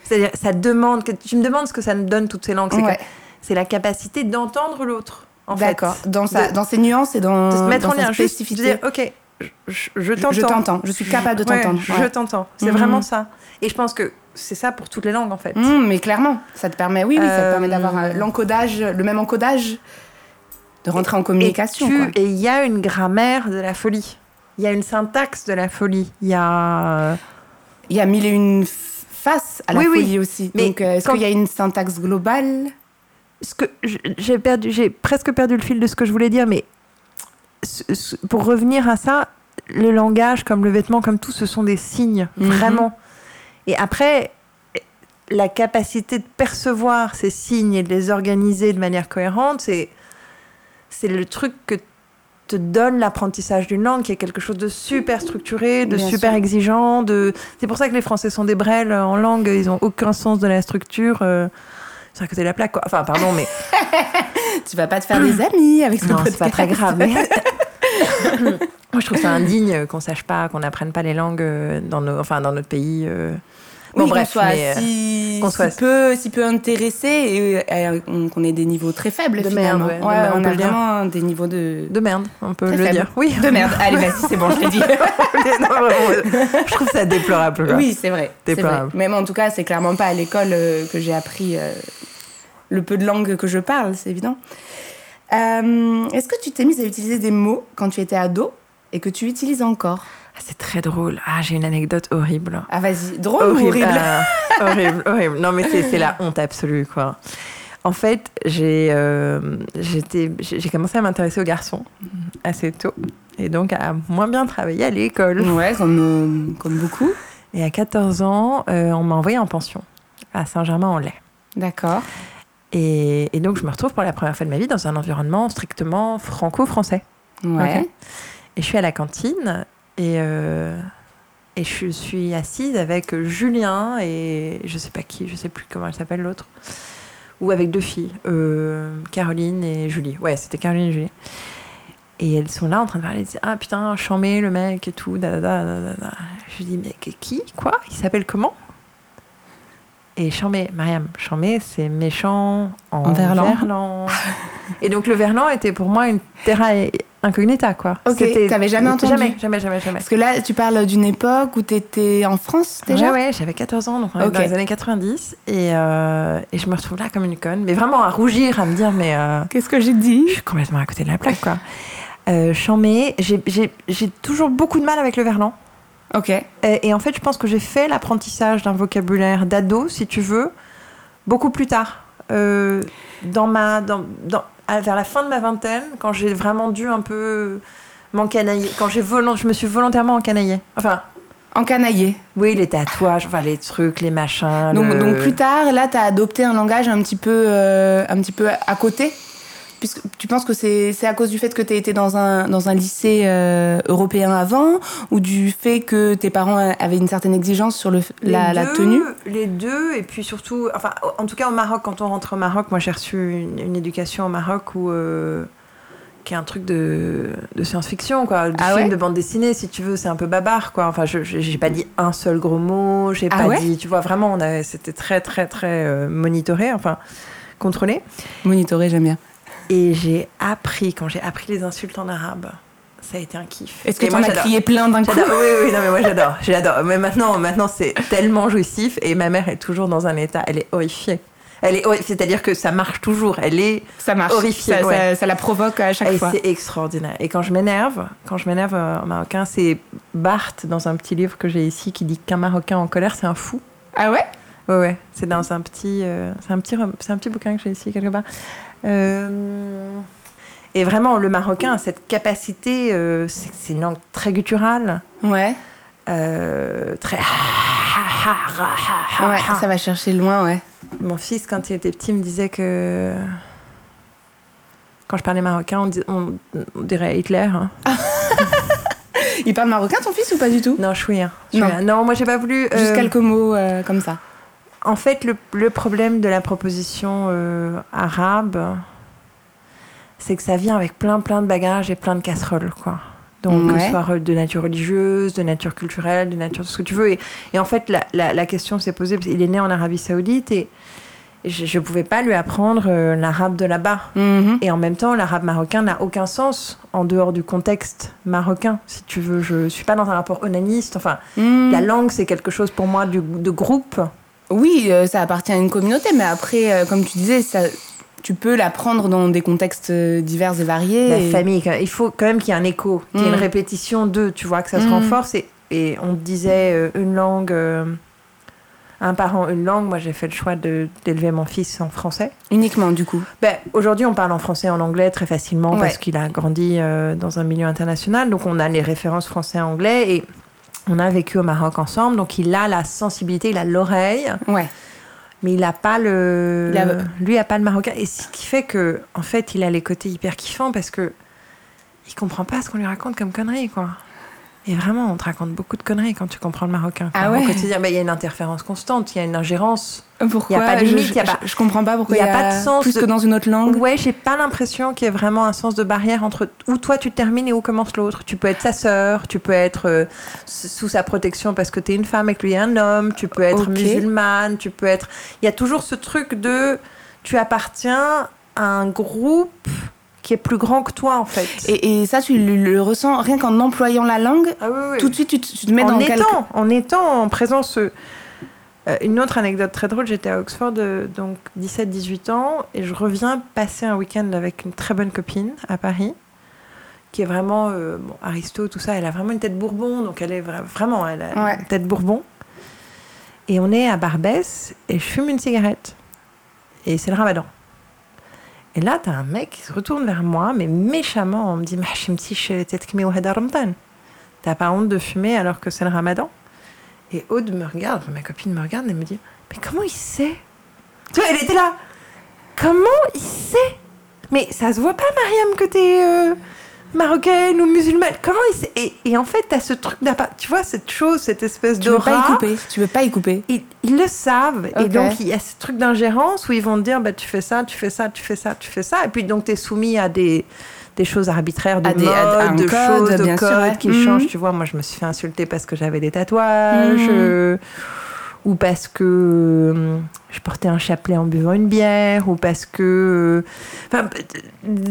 C: C'est-à-dire, ça demande, que, tu me demandes ce que ça me donne toutes ces langues. C'est que
B: Ouais.
C: C'est la capacité d'entendre l'autre, en fait.
B: D'accord. Dans, sa-
C: de-
B: dans ses nuances et dans,
C: de se mettre
B: dans
C: en
B: sa
C: lien, juste de
B: spécificité.
C: dire, ok, je, je- je
B: Je- je
C: t'entends.
B: t'entends. Je suis capable de
C: Ouais,
B: t'entendre.
C: je
B: ouais.
C: t'entends. C'est
B: Mhm.
C: vraiment ça. Et je pense que c'est ça pour toutes les langues, en fait.
B: Hum, mais clairement, ça te permet, oui, oui, ça te
C: Euh,
B: permet d'avoir euh, l'encodage, le même encodage, de rentrer en communication.
C: Et tu-
B: quoi.
C: et il y a une grammaire de la folie. Il y a une syntaxe de la folie. Il y a. euh,
B: Il y a mille et une f- faces à la
C: Oui, oui.
B: folie aussi.
C: Mais
B: Donc, euh, est-ce
C: quand-
B: qu'il y a une syntaxe globale
C: Ce que j- j'ai perdu, j'ai presque perdu le fil de ce que je voulais dire, mais ce- ce- pour revenir à ça, le langage, comme le vêtement, comme tout, ce sont des signes,
B: Mhm.
C: vraiment. Et après, la capacité de percevoir ces signes et de les organiser de manière cohérente, c'est c'est le truc que te donne l'apprentissage d'une langue, qui est quelque chose de super structuré, de
B: Bien
C: super
B: sûr.
C: exigeant. De... C'est pour ça que les Français sont des brels euh, en langue, ils ont aucun sens de la structure. euh, C'est à côté de la plaque, quoi. Enfin, pardon, mais
B: Tu vas pas te faire des amis avec ce
C: non,
B: podcast.
C: c'est pas très grave. Mais... Moi, je trouve ça indigne qu'on sache pas, qu'on n'apprenne pas les langues euh, dans, nos, enfin, dans notre pays. euh.
B: Oui,
C: Bon,
B: qu'on
C: bref,
B: soit
C: mais, euh,
B: si,
C: qu'on soit-
B: si peu, si peu intéressé et euh, on- qu'on ait des niveaux très faibles
C: De
B: finalement.
C: merde, ouais, de
B: Ouais,
C: merde, on
B: on,
C: peut
B: a
C: le dire.
B: vraiment des niveaux de
C: de merde, on peut
B: Très
C: le
B: faible.
C: dire. Oui,
B: de merde. Allez, vas-y, c'est bon, je l'ai dit.
C: Non, vraiment, je trouve ça déplorable. quoi.
B: Oui, c'est vrai. c'est vrai.
C: Déplorable.
B: Mais moi, en tout cas, c'est clairement pas à l'école euh, que j'ai appris euh, le peu de langue que je parle, c'est évident. Euh, Est-ce que tu t'es mise à utiliser des mots quand tu étais ado et que tu utilises encore
C: Ah, c'est très drôle. Ah, j'ai une anecdote horrible.
B: Ah, vas-y, drôle ou horrible
C: ah, horrible, horrible. Non, mais c'est c'est la honte absolue, quoi. En fait, j'ai euh, j'étais- j'ai j'ai commencé à m'intéresser aux garçons assez tôt. Et donc à moins bien travailler à l'école.
B: Ouais, comme, euh, comme beaucoup.
C: Et à 14 ans, euh, on m'a envoyée en pension à Saint-Germain-en-Laye.
B: D'accord.
C: Et, et donc, je me retrouve pour la première fois de ma vie dans un environnement strictement franco-français.
B: Ouais.
C: Ok. Et je suis à la cantine et, euh, et je suis assise avec Julien et je sais pas qui, je sais plus comment elle s'appelle l'autre. Ou avec deux filles, euh, Caroline et Julie. Ouais, c'était Caroline et Julie. Et elles sont là en train de parler. Elles disent, ah putain, chambé le mec et tout. Da, da, da, da, da, da. Je dis mais qui Quoi Il s'appelle comment Et chambé, Mariam, chambé, c'est méchant en,
B: En verlan.
C: verlan. et donc le verlan était pour moi une terra incognita quoi.
B: Ok,
C: C'était-
B: t'avais jamais entendu
C: Jamais, jamais, jamais, jamais.
B: Parce que là, tu parles d'une époque où tu étais en France déjà
C: Ouais, ouais, j'avais 14 ans, donc on est
B: Ok.
C: dans les années 90. Et, euh, et je me retrouve là comme une conne, mais vraiment à rougir, à me dire, mais euh,
B: Qu'est-ce que j'ai dit
C: je suis complètement à côté de la plaque, quoi. Euh, Chamé, j'ai- j'ai j'ai toujours beaucoup de mal avec le verlan.
B: Ok.
C: Euh, Et, et en fait, je pense que j'ai fait l'apprentissage d'un vocabulaire d'ado, si tu veux, beaucoup plus tard. Euh, dans ma, dans, dans- à- vers la fin de ma vingtaine, quand j'ai vraiment dû un peu m'encanailler, quand j'ai volon- je me suis volontairement encanaillée. Enfin,
B: Encanaillé.
C: oui, les tatouages, enfin les trucs, les machins.
B: Donc,
C: Ah, le-
B: donc plus tard, là, tu as adopté un langage un petit peu, euh, un petit peu à côté puisque tu penses que c'est c'est à cause du fait que tu as été dans un, dans un lycée euh, européen avant ou du fait que tes parents avaient une certaine exigence sur le, la,
C: Les
B: la
C: deux,
B: tenue
C: Les deux, et puis surtout, enfin, en tout cas au Maroc, quand on rentre au Maroc, moi j'ai reçu une, une éducation au Maroc où, euh, qui est un truc de, de science-fiction, quoi, de
B: Ah
C: film,
B: ouais
C: de bande dessinée, si tu veux, c'est un peu babard, quoi. Enfin, je je- j'ai pas dit un seul gros mot, j'ai
B: Ah
C: pas
B: ouais
C: dit, tu vois, vraiment, on avait- c'était très, très, très euh, monitoré, enfin, contrôlé.
B: Monitorer, j'aime bien.
C: Et j'ai appris, quand j'ai appris les insultes en arabe, ça a été un kiff.
B: Est-ce que
C: Et
B: tu
C: moi,
B: en as
C: j'adore.
B: crié plein d'un coup
C: J'adore, oui, oui, non, mais moi j'adore, j'adore. Mais maintenant, maintenant c'est tellement jouissif et ma mère est toujours dans un état, elle est horrifiée. Elle est, horri- c'est-à-dire que ça marche toujours, elle est,
B: Ça marche.
C: Horrifié,
B: ça, ça-
C: ouais.
B: ça la provoque à chaque
C: et
B: fois.
C: c'est extraordinaire. Et quand je m'énerve, quand je m'énerve euh, en marocain, c'est Barthes dans un petit livre que j'ai ici qui dit qu'un marocain en colère c'est un fou.
B: Ah ouais
C: Ouais, ouais, c'est dans un petit, euh, c'est un petit, rem- c'est un petit bouquin que j'ai ici quelque part. Euh, et vraiment, le marocain a cette capacité, euh, c'est c'est une langue très gutturale.
B: Ouais.
C: euh, très.
B: Ah Ouais, ça va chercher loin, ouais.
C: Mon fils, quand il était petit, me disait que. Quand je parlais marocain, on, dis- on- on dirait Hitler. hein.
B: Il parle marocain, ton fils, ou pas du tout
C: Non, hein. chouïa.
B: Non.
C: chouïa. Non, moi, j'ai pas voulu. euh,
B: Juste quelques mots euh, comme ça.
C: En fait, le, le problème de la proposition euh, arabe, c'est que ça vient avec plein, plein de bagages et plein de casseroles, quoi. Donc, que ce
B: Ouais.
C: soit re- de nature religieuse, de nature culturelle, de nature tout ce que tu veux. Et, et en fait, la, la- la question s'est posée, parce qu'il est né en Arabie Saoudite et je ne pouvais pas lui apprendre euh, l'arabe de là-bas.
B: Mhm.
C: Et en même temps, l'arabe marocain n'a aucun sens en dehors du contexte marocain, si tu veux. Je ne suis pas dans un rapport onaniste. Enfin,
B: Mhm.
C: la langue, c'est quelque chose pour moi du- de groupe.
B: Oui, euh, ça appartient à une communauté, mais après, euh, comme tu disais, ça, tu peux l'apprendre dans des contextes euh, divers et variés.
C: la
B: et-
C: famille. quand- Il faut quand même qu'il y ait un écho, qu'il y ait
B: Mm.
C: une répétition d'eux, tu vois, que ça se
B: Mm.
C: renforce. Et, et on disait euh, une langue, euh, un parent, une langue. Moi, j'ai fait le choix de- d'élever mon fils en français.
B: Uniquement, du coup.
C: Ben, Aujourd'hui, on parle en français et en anglais très facilement
B: Ouais.
C: parce qu'il a grandi euh, dans un milieu international. Donc, on a les références français-anglais et on a vécu au Maroc ensemble. Donc, il a la sensibilité, il a l'oreille.
B: Ouais.
C: Mais il a pas le.
B: Il a-
C: Lui a pas le marocain. Et ce qui fait que, en fait, il a les côtés hyper kiffants parce que il comprend pas ce qu'on lui raconte comme conneries, quoi. Et vraiment, on te raconte beaucoup de conneries quand tu comprends le marocain. quoi.
B: Ah ouais
C: Au quotidien, ben, il y a une interférence constante, il y a une ingérence.
B: Euh, Pourquoi
C: Y a pas de
B: Je-
C: limite,
B: je,
C: y a pas-
B: je- je comprends pas pourquoi
C: y
B: il
C: a
B: y a,
C: pas de sens
B: plus
C: de-
B: que dans une autre langue.
C: Ouais, j'ai pas l'impression qu'il y ait vraiment un sens de barrière entre où toi tu termines et où commence l'autre. Tu peux être sa sœur, tu peux être euh, s- sous sa protection parce que t'es une femme et que lui est un homme, tu peux être
B: Ok.
C: musulmane, tu peux être. Il y a toujours ce truc de tu appartiens à un groupe qui est plus grand que toi en fait.
B: Et, et ça, tu le, le ressens rien qu'en employant la langue.
C: Ah oui, oui.
B: Tout de suite, tu te, tu te mets
C: en
B: dans
C: étant,
B: quelque...
C: en étant en présence. euh, euh, une autre anecdote très drôle, j'étais à Oxford, euh, donc 17-18 ans, et je reviens passer un week-end avec une très bonne copine à Paris, qui est vraiment, euh, bon, Aristo, tout ça, elle a vraiment une tête bourbon, donc elle est vra- vraiment, elle a
B: Ouais.
C: une tête bourbon. Et on est à Barbès, et je fume une cigarette. Et c'est le ramadan. Et là, t'as un mec qui se retourne vers moi, mais méchamment, on me dit, Mahshim tish, tetkmi wahada Ramadan. T'as pas honte de fumer alors que c'est le ramadan Et Aude me regarde, enfin, ma copine me regarde, elle me dit Mais comment il sait Tu vois, elle était là Comment il sait Mais ça se voit pas, Mariam, que t'es euh, marocaine ou musulmane. Comment il sait et, et en fait, t'as ce truc d'appart. Tu vois, cette chose, cette espèce
B: Tu peux pas y
C: d'aura.
B: couper. Tu peux pas y couper.
C: Ils, ils le savent. Et
B: Ok.
C: donc, il y a ce truc d'ingérence où ils vont te dire bah, tu fais ça, tu fais ça, tu fais ça, tu fais ça. Et puis, donc, tu es soumis à des, des choses arbitraires, de
B: À des-
C: mode,
B: à- à un
C: de
B: code,
C: choses, de
B: bien sûr, ouais.
C: codes qui
B: Mhm.
C: changent. Tu vois, moi, je me suis fait insulter parce que j'avais des tatouages.
B: Mhm.
C: euh, ou parce que euh, je portais un chapelet en buvant une bière, ou parce que. euh, enfin,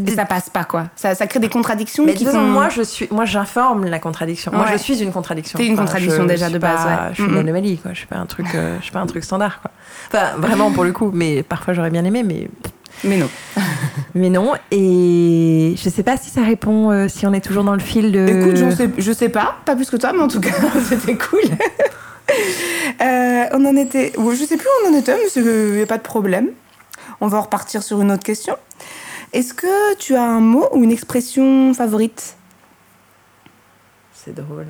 B: Et ça passe pas, quoi. Ça, ça crée des contradictions
C: mais
B: qui
C: disons,
B: font...
C: moi, je suis, moi, j'informe la contradiction. Moi,
B: Ouais.
C: je suis une contradiction.
B: T'es une
C: Enfin,
B: contradiction
C: je-
B: déjà
C: je
B: de
C: suis pas-
B: base, ouais.
C: Je suis une
B: Mhm.
C: anomalie, quoi. Je suis pas un truc, euh, je suis pas un truc standard, quoi. Enfin, vraiment pour le coup. Mais parfois, j'aurais bien aimé, mais
B: Mais non.
C: mais non. Et je sais pas si ça répond, euh, si on est toujours dans le fil de.
B: Écoute, j'en sais- je sais pas, pas plus que toi, mais en tout cas, c'était cool. Euh, on en était. ou Je sais plus où on en était, mais il n'y a pas de problème. On va repartir sur une autre question. Est-ce que tu as un mot ou une expression favorite
C: C'est drôle.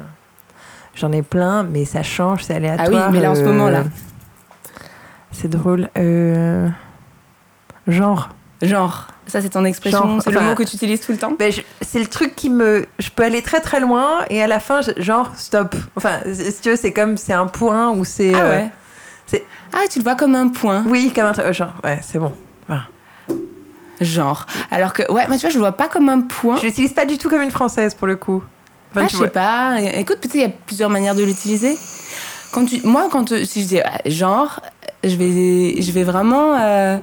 C: J'en ai plein, mais ça change, c'est aléatoire.
B: Ah oui, mais là, en ce moment, là.
C: C'est drôle. Euh, Genre.
B: Genre, ça c'est ton expression,
C: Genre,
B: c'est le
C: enfin,
B: mot que tu utilises tout le temps.
C: Ben, je- c'est le truc qui me. Je peux aller très très loin et à la fin, je- genre, stop. Enfin, si tu veux, c'est comme. C'est un point ou c'est.
B: ah
C: euh,
B: ouais.
C: c'est-
B: Ah, tu le vois comme un point.
C: oui, comme un truc. euh, Genre, ouais, c'est bon. Voilà.
B: Genre. Alors que, ouais, moi tu vois, je le vois pas comme un point.
C: Je l'utilise pas du tout comme une française pour le coup. Enfin,
B: Ah,
C: tu
B: je
C: vois.
B: sais pas. Écoute, peut-être il y a plusieurs manières de l'utiliser. Quand tu, moi, quand euh, si je dis ah, genre, je vais, je vais vraiment, euh,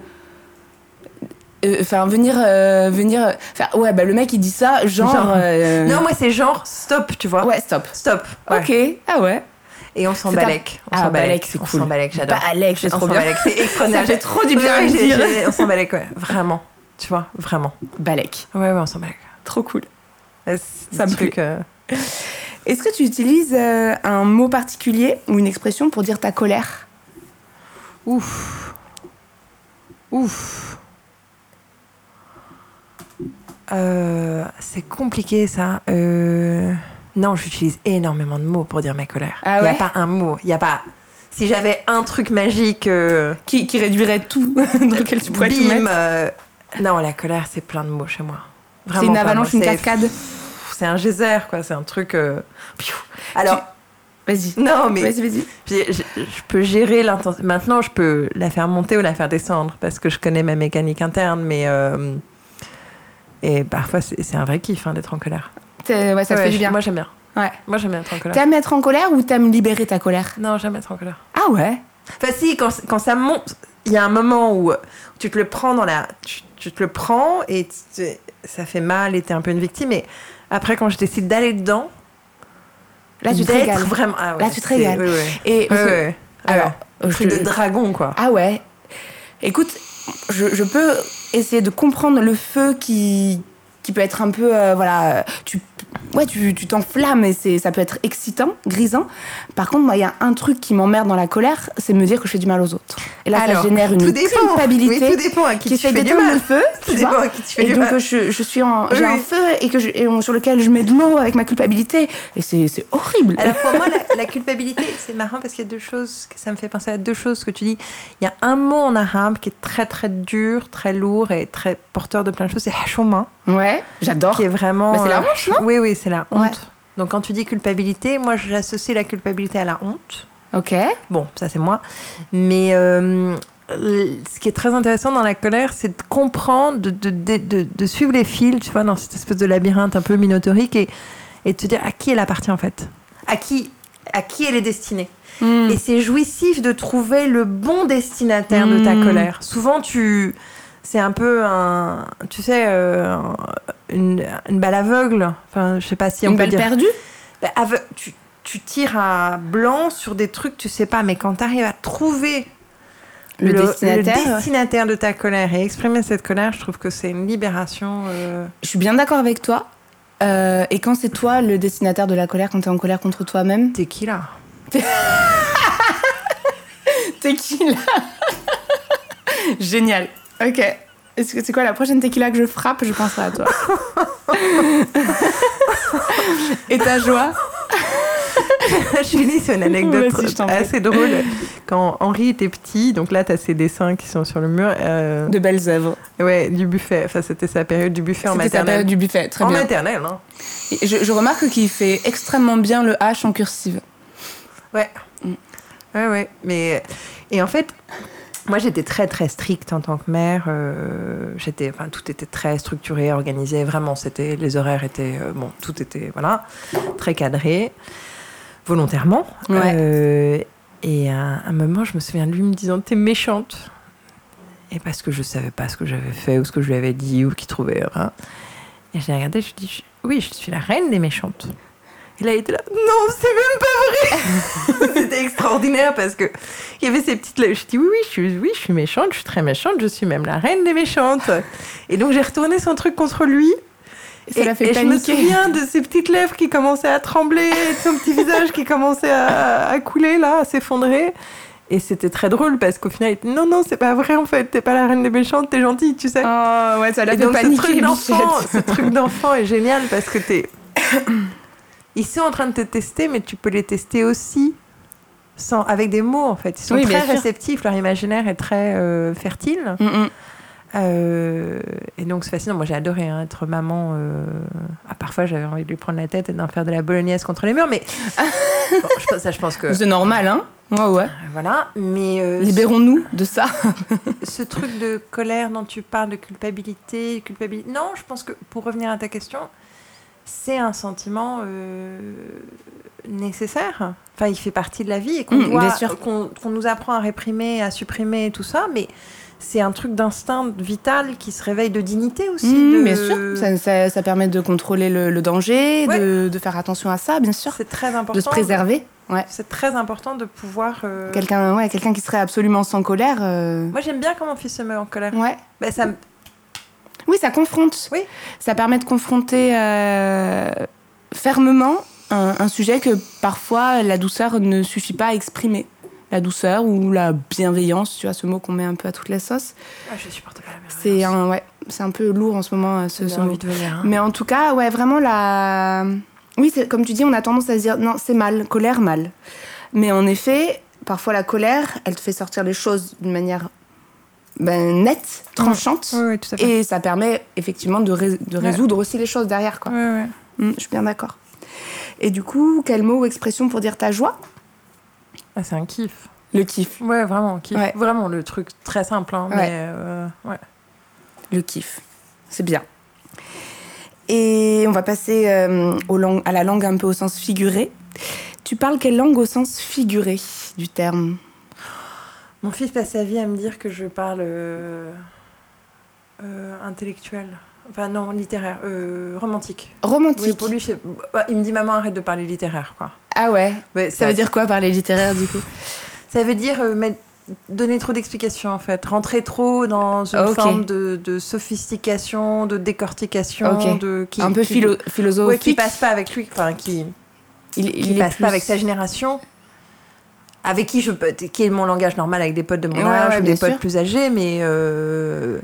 B: euh, enfin venir, euh, venir, euh, faire- ouais, bah le mec il dit ça, genre.
C: Genre.
B: euh,
C: Non, moi, c'est genre, stop, tu vois.
B: ouais, stop.
C: Stop. ouais.
B: Ok. Ah ouais.
C: Et on s'en
B: C'est un-
C: balèque.
B: Ah,
C: On s'en balèque,
B: balèque, c'est
C: on
B: cool.
C: s'en balèque, j'adore.
B: Bah Alex, c'est
C: On
B: trop
C: s'en
B: bien.
C: balèque, c'est
B: Ça
C: extraordinaire.
B: fait trop du
C: Oui,
B: bien à
C: oui, j'ai-
B: dire.
C: j'ai- on s'en balèque, ouais. Vraiment. Tu vois, vraiment.
B: Balèque,
C: Ouais, ouais, on s'en balèque.
B: trop cool.
C: Ça
B: me
C: plaît.
B: Est-ce que tu utilises euh, un mot particulier ou une expression pour dire ta colère
C: Ouf. Ouf. Euh, c'est compliqué ça. Euh, Non, j'utilise énormément de mots pour dire ma colère. Il
B: Ah
C: n'y a
B: ouais
C: pas un mot. Il n'y a pas. Si j'avais un truc magique, euh,
B: qui, qui réduirait tout dans lequel tu pourrais tout
C: bim.
B: mettre
C: euh, Non, la colère, c'est plein de mots chez moi. Vraiment
B: C'est une
C: plein de mots.
B: avalanche, une
C: C'est-
B: cascade.
C: pff, C'est un geyser, quoi. C'est un truc. euh, piou. Alors,
B: Vas-y.
C: non, mais
B: Vas-y, vas-y.
C: Puis, je, je peux gérer l'intensité. Maintenant, je peux la faire monter ou la faire descendre parce que je connais ma mécanique interne, mais. euh, et parfois, c'est c'est un vrai kiff hein, d'être en colère.
B: T'es- Ouais, ça te
C: Ouais,
B: fait du
C: je-
B: bien.
C: Moi, j'aime bien.
B: Ouais.
C: Moi, j'aime bien être en colère.
B: T'aimes être en colère ou t'aimes libérer ta colère
C: Non, j'aime être en colère.
B: Ah ouais
C: Enfin, si, quand, quand ça monte, il y a un moment où euh, tu te le prends dans la. Tu, tu te le prends et tu- tu- ça fait mal et t'es un peu une victime. Et après, quand je décide d'aller dedans,
B: Là, tu te
C: d'être
B: régales.
C: Vraiment, ah ouais,
B: Là, tu te
C: c'est-
B: régales.
C: oui, oui.
B: Et euh,
C: Ouais, ouais.
B: Alors,
C: Un
B: je-
C: truc de dragon, quoi.
B: Ah ouais. Écoute, je, je peux essayer de comprendre le feu qui, qui peut être un peu. euh, voilà. euh, Tu, ouais, tu tu t'enflammes et c'est, ça peut être excitant, grisant. Par contre, moi, il y a un truc qui m'emmerde dans la colère, c'est de me dire que je fais du mal aux autres. Et là,
C: Alors,
B: ça génère
C: tout
B: une
C: dépend.
B: culpabilité
C: Mais tout dépend à qui,
B: qui
C: tu
B: fait
C: fais du
B: déteindre
C: mal.
B: le feu.
C: Tout
B: tu vois.
C: dépend à qui tu fais
B: Et
C: du
B: donc
C: mal.
B: euh, je, je suis en, j'ai
C: Oui,
B: un
C: oui.
B: feu et que je, et on- sur lequel je mets de l'eau avec ma culpabilité et c'est, c'est horrible.
C: Alors pour moi, la, la culpabilité, c'est marrant parce qu'il y a deux choses, que ça me fait penser à deux choses que tu dis. Il y a un mot en arabe qui est très très dur, très lourd et très porteur de plein de choses, c'est hashoma,
B: ouais, j'adore.
C: qui est vraiment...
B: Bah, c'est la
C: euh,
B: honte, non
C: Oui, oui, c'est la honte.
B: Ouais.
C: Donc quand tu dis culpabilité, moi j'associe la culpabilité à la honte.
B: Ok.
C: Bon, ça c'est moi. Mais euh, l- ce qui est très intéressant dans la colère, c'est de comprendre, de, de- de- de- de suivre les fils, tu vois, dans cette espèce de labyrinthe un peu minotaurique et, et de te dire à qui elle appartient en fait. À qui, à qui elle est destinée.
B: Hmm.
C: Et c'est jouissif de trouver le bon destinataire de ta
B: Mm.
C: colère. Souvent, tu. C'est un peu un. Tu sais, euh, un- une, une balle aveugle. Enfin, je sais pas si on
B: Une
C: peut
B: balle
C: dire.
B: perdue
C: Bah, ave- tu, tu tires à blanc sur des trucs, tu sais pas, mais quand tu arrives à trouver
B: Le destinataire, ouais.
C: destinataire de ta colère et exprimer cette colère, je trouve que c'est une libération. euh,
B: Je suis bien d'accord avec toi. Euh, et quand c'est toi le destinataire de la colère, quand t'es en colère contre toi-même,
C: T'es qui là
B: tequila. Génial. Ok. Est-ce que c'est quoi la prochaine tequila que je frappe Je penserai à toi. Et ta joie
C: Je finis sur une anecdote
B: Vas-y, je t'en prie.
C: assez drôle. Quand Henri était petit, donc là, t'as ces dessins qui sont sur le mur. euh,
B: De belles œuvres.
C: Ouais, du buffet. Enfin, c'était sa période du buffet en
B: C'était sa
C: maternelle.
B: période du buffet, très
C: en
B: bien.
C: maternelle, hein.
B: Je, je remarque qu'il fait extrêmement bien le H en cursive.
C: Ouais.
B: Mm.
C: Ouais, ouais. Mais, et en fait, moi, j'étais très, très stricte en tant que mère. euh, j'étais, enfin, tout était très structuré, organisé. Vraiment, c'était, les horaires étaient, euh, bon, tout était, voilà, très cadré, volontairement.
B: Ouais.
C: Euh, et à un moment, je me souviens de lui me disant, t'es méchante. Et parce que je savais pas ce que j'avais fait ou ce que je lui avais dit ou qu'il trouvait. hein. Et je l'ai regardé, je lui ai dit, oui, je suis la reine des méchantes. Et là, il était là, non, c'est c'était extraordinaire parce que il y avait ces petites. Je dis oui, oui, je suis, oui, je suis méchante, je suis très méchante, je suis même la reine des méchantes. Et donc j'ai retourné son truc contre lui.
B: Ça
C: et,
B: l'a fait
C: et je me
B: paniquer.
C: souviens de ses petites lèvres qui commençaient à trembler, et de son petit visage qui commençait à, à couler là, à s'effondrer. Et c'était très drôle parce qu'au final, il était, non, non, c'est pas vrai en fait, t'es pas la reine des méchantes, t'es gentille, tu sais.
B: Oh, ouais, ça
C: Et donc, ce truc d'enfant, ce truc d'enfant est génial parce que t'es. Ils sont en train de te tester, mais tu peux les tester aussi sans, avec des mots en fait. Ils sont
B: Oui, bien
C: très
B: sûr.
C: réceptifs, leur imaginaire est très euh, fertile.
B: Mm, mm.
C: Euh, et donc c'est fascinant. Moi j'ai adoré hein, être maman. euh, ah, parfois j'avais envie de lui prendre la tête et d'en faire de la bolognaise contre les murs, mais Bon, je pense- ça je pense que
B: C'est normal, hein Ouais,
C: Euh,
B: ouais.
C: voilà. Mais euh,
B: Libérons-nous de ça.
C: ce, ce truc de colère dont tu parles, de culpabilité, culpabilité. Non, je pense que pour revenir à ta question, c'est un sentiment euh, nécessaire. Enfin, il fait partie de la vie et qu'on
B: Mm,
C: doit-
B: bien sûr.
C: qu'on qu'on nous apprend à réprimer, à supprimer et tout ça, mais c'est un truc d'instinct vital qui se réveille de dignité aussi. de-
B: Mm, Mmh, Bien sûr, ça, ça- ça permet de contrôler le, le danger,
C: Ouais.
B: de, de faire attention à ça, bien sûr,
C: C'est très important.
B: de se préserver. Ouais.
C: C'est très important de pouvoir. euh,
B: Quelqu'un ouais, quelqu'un qui serait absolument sans colère. euh,
C: Moi, j'aime bien quand mon fils se met en colère.
B: Ouais.
C: Bah, ça me-
B: Oui, ça confronte.
C: Oui.
B: Ça permet de confronter euh, fermement un, un sujet que parfois la douceur ne suffit pas à exprimer. La douceur ou la bienveillance, tu vois, ce mot qu'on met un peu à toute la sauce.
C: Ah, je supporte pas la merde.
B: C'est un, ouais, c'est un peu lourd en ce moment, euh, ce,
C: J'ai
B: ce mot.
C: envie de venir. hein.
B: Mais en tout cas, ouais, vraiment la. Oui, c'est- comme tu dis, on a tendance à se dire non, c'est mal, colère, mal. Mais en effet, parfois la colère, elle te fait sortir les choses d'une manière ben, nette, tranchante.
C: Oui, oui, tout à fait.
B: Et ça permet effectivement de, rés- de
C: Ouais.
B: résoudre aussi les choses derrière. Quoi.
C: Ouais, ouais.
B: Mm, je suis bien d'accord. Et du coup, quel mot ou expression pour dire ta joie
C: Ah, c'est un kiff.
B: Le kiff.
C: Ouais, vraiment, kiff.
B: Ouais.
C: Vraiment, le truc très simple. hein,
B: Ouais.
C: Mais, euh, ouais.
B: Le kiff. C'est bien. Et on va passer euh, aux langues- à la langue un peu au sens figuré. Tu parles quelle langue au sens figuré du terme
C: Mon fils passe sa vie à me dire que je parle euh, euh, intellectuel. Enfin, non, littéraire. euh, romantique. Oui,
B: Romantique.
C: pour lui, c'est- bah, il me dit Maman, arrête de parler littéraire. quoi.
B: ah ouais.
C: Ouais,
B: Ça veut dire quoi par les littéraires du coup
C: Ça veut dire euh, mettre- donner trop d'explications, en fait. Rentrer trop dans une
B: Ah, Ok.
C: forme de, de sophistication, de décortication.
B: Ok.
C: De, qui,
B: Un peu
C: qui-
B: philo- philosophique.
C: Ouais, qui passe pas avec lui, enfin qui,
B: Il,
C: qui
B: il est
C: passe
B: plus-
C: pas avec sa génération, avec qui je peux, qui est mon langage normal avec des potes de mon
B: Ouais,
C: âge
B: ouais,
C: ou des
B: bien
C: potes
B: sûr.
C: plus âgés, mais euh,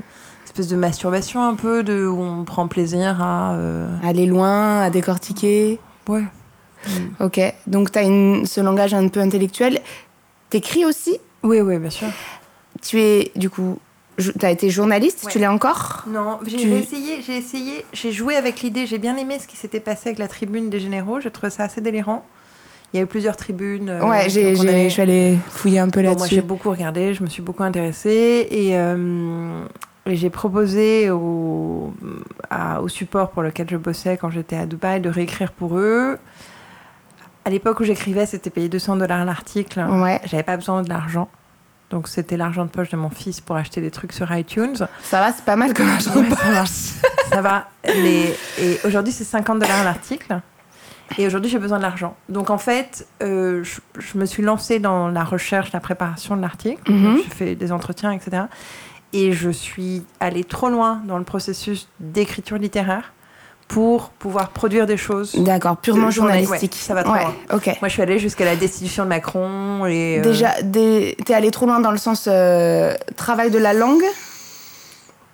C: espèce de masturbation un peu, de où on prend plaisir à. euh,
B: Aller loin, à décortiquer.
C: ouais.
B: Ok, donc tu as ce langage un peu intellectuel. T'écris aussi
C: Oui, oui, bien sûr.
B: Tu es, du coup, tu as été journaliste, tu
C: Ouais.
B: l'es encore
C: Non, j'ai
B: Tu-
C: essayé, j'ai essayé, j'ai joué avec l'idée, j'ai bien aimé ce qui s'était passé avec la tribune des généraux, j'ai trouvé ça assez délirant. Il y a eu plusieurs tribunes. euh,
B: Ouais, j'ai,
C: donc on
B: j'ai-
C: avait-
B: je suis allée fouiller un peu
C: Bon, moi, j'ai
B: là-dessus.
C: beaucoup regardé, je me suis beaucoup intéressée et, euh, et j'ai proposé au, à- au support pour lequel je bossais quand j'étais à Dubaï de réécrire pour eux. À l'époque où j'écrivais, c'était payé 200 dollars l'article.
B: Ouais,
C: J'avais pas besoin de l'argent. Donc, c'était l'argent de poche de mon fils pour acheter des trucs sur iTunes.
B: ça va, c'est pas mal comme argent.
C: Ouais, ça va. Ça va. Mais, et aujourd'hui, c'est 50 dollars l'article. Et aujourd'hui, j'ai besoin de l'argent. Donc, en fait, euh, je, je me suis lancée dans la recherche, la préparation de l'article.
B: Mhm.
C: J'ai fait des entretiens, etc. Et je suis allée trop loin dans le processus d'écriture littéraire pour pouvoir produire des choses.
B: D'accord, purement
C: Euh, journal-
B: journalistique.
C: ouais, ça va trop
B: Ouais,
C: loin.
B: ok.
C: Moi, je suis allée jusqu'à la destitution de Macron. Et, euh,
B: Déjà, des- t'es allé trop loin dans le sens euh, travail de la langue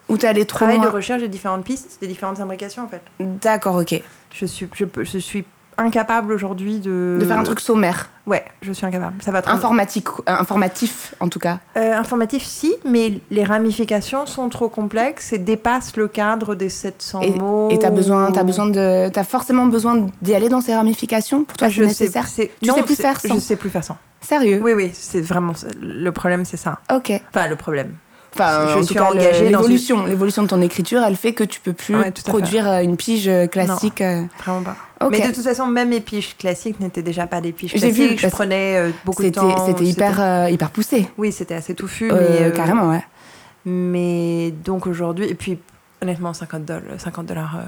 B: Ou t'es allé trop
C: travail de
B: loin
C: recherche des différentes pistes, des différentes imbrications, en fait.
B: D'accord, ok.
C: Je suis, je, peux- je suis incapable aujourd'hui de...
B: De faire un truc sommaire,
C: Ouais, je suis incapable. Ça va trop
B: informatique, euh, informatif en tout cas.
C: Euh, informatif, si, mais les ramifications sont trop complexes et dépassent le cadre des 700 mots.
B: Et t'as besoin,
C: Oh.
B: t'as besoin de, t'as forcément besoin d'y aller dans ces ramifications pour toi,
C: Je
B: c'est
C: sais,
B: nécessaire.
C: c'est-
B: Tu
C: non,
B: sais plus
C: c'est-
B: faire sans.
C: Je sais plus faire sans.
B: Sérieux
C: Oui, oui, c'est vraiment le problème, c'est ça.
B: Ok.
C: Enfin, le problème.
B: Enfin,
C: Je
B: en
C: suis
B: tout cas, le-
C: engagée dans
B: l'évolution, l'évolution de ton écriture, elle fait que tu peux plus
C: Ouais, tout à fait.
B: produire euh, une pige euh, classique. euh,
C: Vraiment pas.
B: Ok.
C: Mais de toute façon, même mes piges classiques n'étaient déjà pas des piges
B: J'ai vu,
C: classiques. je
B: parce-
C: prenais euh, beaucoup de
B: C'était,
C: temps.
B: c'était hyper, euh, hyper poussé.
C: Oui, c'était assez touffu,
B: Euh,
C: mais. euh,
B: Carrément, ouais.
C: Mais donc aujourd'hui, et puis honnêtement, 50 dollars. 50 dollars euh,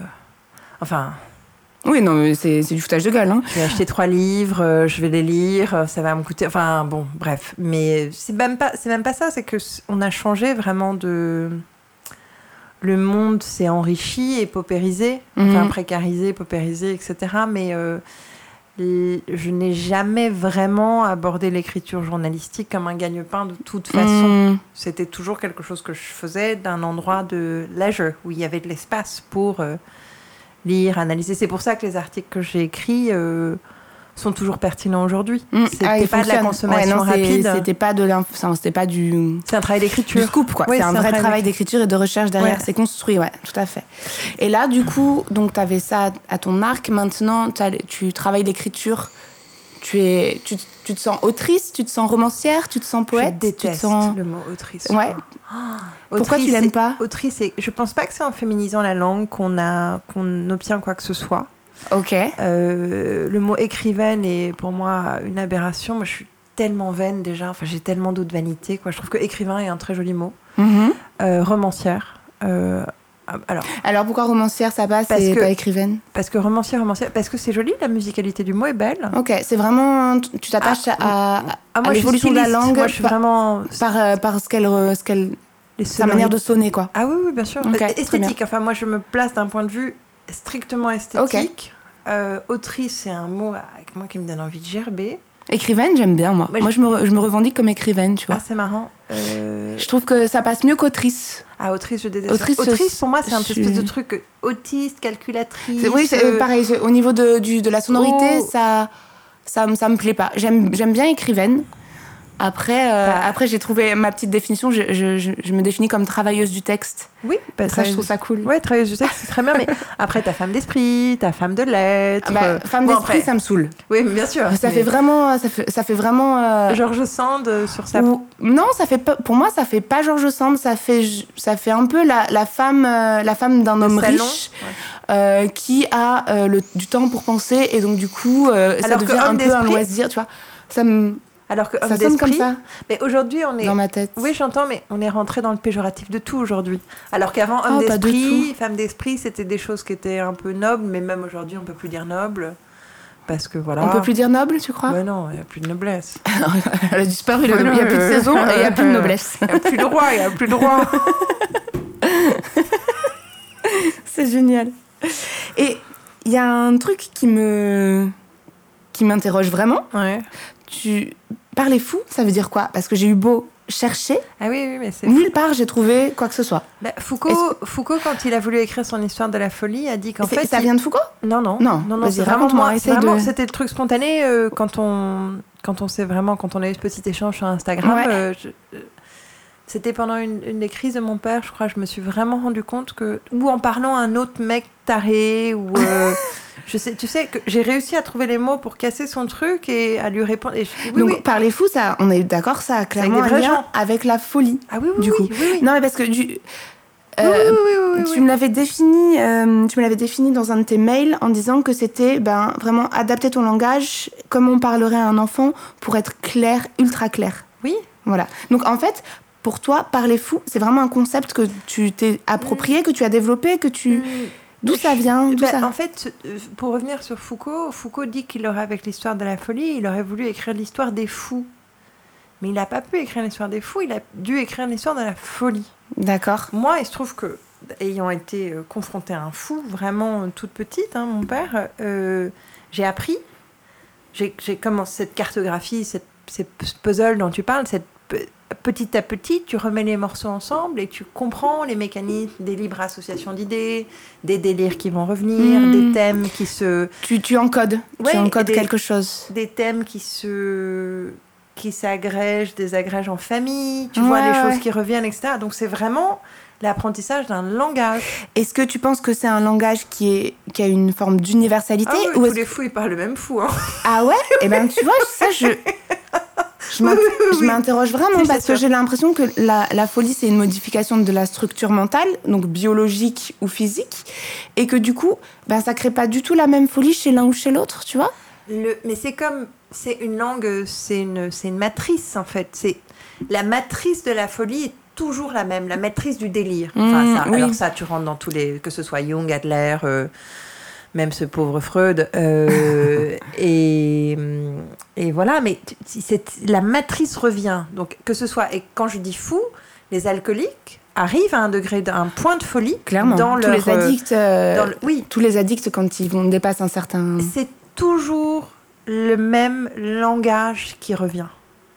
C: enfin,
B: Oui, non, mais c'est, c'est du foutage de gueule. Hein.
C: Je vais acheter trois livres, euh, je vais les lire, euh, ça va me coûter. Enfin bon, bref. Mais c'est même pas, c'est même pas ça. C'est que c- on a changé vraiment de. Le monde s'est enrichi et paupérisé, enfin
B: Mhm.
C: précarisé, paupérisé, etc. Mais euh, l- je n'ai jamais vraiment abordé l'écriture journalistique comme un gagne-pain de toute façon.
B: Mmh.
C: C'était toujours quelque chose que je faisais d'un endroit de leisure, où il y avait de l'espace pour euh, lire, analyser. C'est pour ça que les articles que j'ai écrits euh, sont toujours pertinents aujourd'hui.
B: Mm.
C: C'était
B: Ah, il
C: pas de la
B: fonctionne.
C: consommation
B: Ouais, non, c'est-
C: rapide.
B: C'était pas de l'inf- enfin, c'était pas du,
C: C'est un travail
B: du
C: d'écriture.
B: scoop, quoi.
C: Ouais,
B: c'est un vrai travail d'écriture et de recherche derrière.
C: Ouais.
B: C'est construit, ouais, tout à fait. Et là, du coup, donc, t'avais ça à ton arc. Maintenant, t'as- tu travailles l'écriture. Tu es, tu, tu te sens autrice, tu te sens romancière, tu te sens
C: Je
B: poète, tu te
C: déteste
B: sens.
C: le mot autrice.
B: Ouais. Pourquoi tu l'aimes
C: l'aimes
B: pas
C: Autrice, et je pense pas que c'est en féminisant la langue qu'on a qu'on obtient quoi que ce soit.
B: Ok.
C: Euh, le mot écrivaine est pour moi une aberration. Moi, je suis tellement vaine déjà. Enfin, j'ai tellement d'autres vanités. Quoi. Je trouve que écrivain est un très joli mot.
B: Mhm.
C: Euh, romancière. euh, alors,
B: Alors pourquoi romancière ça passe
C: Parce
B: et
C: que-
B: pas écrivaine
C: parce que romancière, romancière, parce que c'est joli. La musicalité du mot est belle.
B: Ok, c'est vraiment tu t'attaches à,
C: Ah,
B: À
C: moi, je suis
B: l'évolution de la
C: styliste.
B: langue,
C: Moi, je suis
B: pas-
C: vraiment
B: par euh, par ce qu'elle re- ce qu'elle
C: les
B: sa manière
C: sonorités.
B: de sonner quoi.
C: Ah oui, oui, bien sûr.
B: Ok, très
C: esthétique. Enfin, moi, je me place d'un point de vue strictement esthétique. Euh, autrice, c'est un mot avec moi qui me donne envie de gerber.
B: Écrivaine j'aime bien moi.
C: Moi,
B: moi je me re- je me revendique comme écrivaine tu vois.
C: Ah, c'est marrant. Euh,
B: Je trouve que ça passe mieux qu'autrice.
C: Ah, autrice, je déteste.
B: Autrice,
C: Autrice, pour moi, c'est un
B: je-
C: espèce de truc euh, autiste, calculatrice.
B: C'est- Oui, c'est euh,
C: euh,
B: pareil. c'est- Au niveau de, du- de la sonorité,
C: Oh.
B: ça, ça, me- ça me plaît pas. J'aime j'aime bien écrivaine. Après, euh,
C: Bah.
B: après j'ai trouvé ma petite définition. Je, je- je- je me définis comme travailleuse du texte.
C: Oui,
B: Ça,
C: bah,
B: je
C: travailleuse-
B: trouve ça cool.
C: Ouais, travailleuse du texte, c'est très bien, mais après, t'as femme d'esprit, t'as femme de lettres.
B: Ah bah,
C: euh,
B: femme
C: bon,
B: d'esprit,
C: après-
B: ça me saoule.
C: Oui, mais bien sûr.
B: Ça
C: mais-
B: fait vraiment, ça fait, ça fait vraiment. euh,
C: George Sand euh, sur sa.
B: ou- Non, ça fait pas. Pour moi, ça fait pas George Sand. Ça fait, ça fait un peu la, la femme, euh, la femme d'un
C: le
B: homme
C: salon.
B: riche
C: Ouais.
B: euh, qui a euh, le, du temps pour penser et donc du coup, euh, ça
C: Alors que
B: devient un
C: homme
B: peu un
C: d'esprit-
B: loisir, tu vois. Ça me,
C: Alors que homme
B: ça sonne comme
C: d'esprit.
B: ça
C: Mais aujourd'hui, on est.
B: dans ma tête.
C: Oui, j'entends, mais on est rentré dans le péjoratif de tout aujourd'hui. Alors qu'avant, homme
B: Ah, pas du
C: d'esprit, femme d'esprit, c'était des choses qui étaient un peu nobles, mais même aujourd'hui, on peut plus dire noble. Parce que voilà.
B: On peut plus dire noble, tu crois
C: Ouais, non, il n'y a plus de noblesse.
B: Elle a disparu. le- Il n'y a plus de saison et il n'y a plus de noblesse.
C: Il n'y a plus de roi, il n'y a plus de roi.
B: C'est génial. Et il y a un truc qui me qui m'interroge vraiment.
C: Ouais.
B: Tu parler fou, ça veut dire quoi Parce que j'ai eu beau chercher,
C: Ah oui, oui, mais c'est.
B: nulle part j'ai trouvé quoi que ce soit.
C: Bah, Foucault, Foucault, quand il a voulu écrire son histoire de la folie, a dit qu'en
B: C'est-
C: fait.
B: ça
C: il-
B: vient de Foucault
C: Non, non.
B: Non, vas-y,
C: c'est vraiment
B: raconte-moi,
C: moi.
B: essaye
C: Vraiment,
B: de-
C: C'était le truc spontané euh, quand on quand on s'est vraiment quand on a eu ce petit échange sur Instagram.
B: Ouais.
C: euh, je- euh, C'était pendant une, une des crises de mon père, je crois. Je me suis vraiment rendu compte que ou en parlant à un autre mec taré ou. euh, Je sais, tu sais que j'ai réussi à trouver les mots pour casser son truc et à lui répondre. Et je dis, oui,
B: Donc
C: oui.
B: parler fou, ça, on est d'accord, ça a clairement
C: des
B: un
C: vrais
B: lien
C: gens.
B: avec la folie.
C: Ah oui, oui,
B: du
C: oui,
B: coup.
C: oui, oui.
B: Non mais parce que du
C: Oui,
B: euh,
C: oui, oui, oui, oui, oui.
B: Tu me l'avais défini, euh, tu me l'avais défini dans un de tes mails en disant que c'était ben, vraiment adapter ton langage comme on parlerait à un enfant pour être clair, ultra clair.
C: Oui.
B: Voilà. Donc en fait, pour toi, parler fou, c'est vraiment un concept que tu t'es approprié, que tu as développé, que tu.
C: Mm.
B: D'où ça vient d'où
C: Bah,
B: Hein, ça...
C: En fait, euh, pour revenir sur Foucault, Foucault dit qu'il aurait, avec l'histoire de la folie, il aurait voulu écrire l'histoire des fous. Mais il n'a pas pu écrire l'histoire des fous, il a dû écrire l'histoire de la folie.
B: D'accord.
C: Moi, il se trouve que, ayant été euh, confrontée à un fou, vraiment euh, toute petite, hein, mon père, euh, j'ai appris, j'ai j'ai commencé cette cartographie, cette, ces p- ce puzzle dont tu parles, cette pe- petit à petit, tu remets les morceaux ensemble et tu comprends les mécanismes des libres associations d'idées, des délires qui vont revenir,
B: Mm.
C: des thèmes qui se,
B: Tu, tu encodes.
C: Ouais,
B: tu encodes
C: des-
B: quelque chose.
C: des thèmes qui se qui s'agrègent, désagrègent en famille, tu
B: Ouais,
C: vois les
B: ouais.
C: choses qui reviennent, etc. Donc c'est vraiment l'apprentissage d'un langage.
B: Est-ce que tu penses que c'est un langage qui, est, qui a une forme d'universalité
C: Ah oui,
B: ou
C: tous
B: est-ce-
C: les fous, ils parlent le même fou. Hein.
B: Ah ouais Eh ben tu vois, ça je... Je m'int- je
C: oui.
B: m'interroge vraiment
C: Si,
B: parce
C: c'est
B: que
C: sûr.
B: j'ai l'impression que la, la folie, c'est une modification de la structure mentale, donc biologique ou physique, et que du coup, ben, ça crée pas du tout la même folie chez l'un ou chez l'autre, tu vois
C: Le- mais c'est comme, c'est une langue, euh, c'est une, c'est une matrice en fait. C'est la matrice de la folie est toujours la même, la matrice du délire. Enfin,
B: Mmh,
C: ça,
B: oui.
C: Alors ça, tu rentres dans tous les, que ce soit Jung, Adler, euh, même ce pauvre Freud. euh, et, et voilà, mais tu- si c'est- la matrice revient. Donc que ce soit, et quand je dis fou, les alcooliques arrivent à un degré, d'un point de folie dans
B: tous
C: leur,
B: les
C: euh,
B: addicts, euh,
C: dans le- oui,
B: tous les addicts quand ils vont dépassent un certain.
C: c'est toujours le même langage qui revient.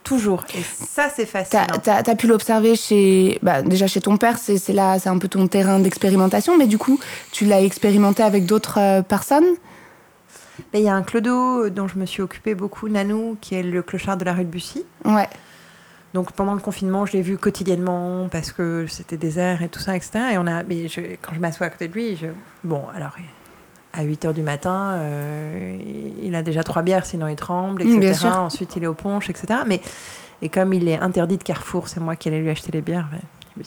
C: Toujours. Et ça, c'est
B: T'as
C: fascinant.
B: t'as- t'as pu l'observer chez, bah, déjà chez ton père, c'est c'est là, c'est un peu ton terrain d'expérimentation, mais du coup, tu l'as expérimenté avec d'autres euh, personnes
C: Mais il y a un clodo euh, dont je me suis occupée beaucoup, Nanou, qui est le clochard de la rue de Bussy.
B: Ouais.
C: Donc pendant le confinement, je l'ai vu quotidiennement parce que c'était désert et tout ça, etc. Et on a, mais je, quand je m'assois à côté de lui, je, bon, alors à 8 heures du matin, euh, il a déjà trois bières, sinon il tremble, etc.
B: Mm, bien sûr.
C: Ensuite, il est au punch, etc. Mais et comme il est interdit de Carrefour, c'est moi qui allais lui acheter les bières. ben, mais- oui.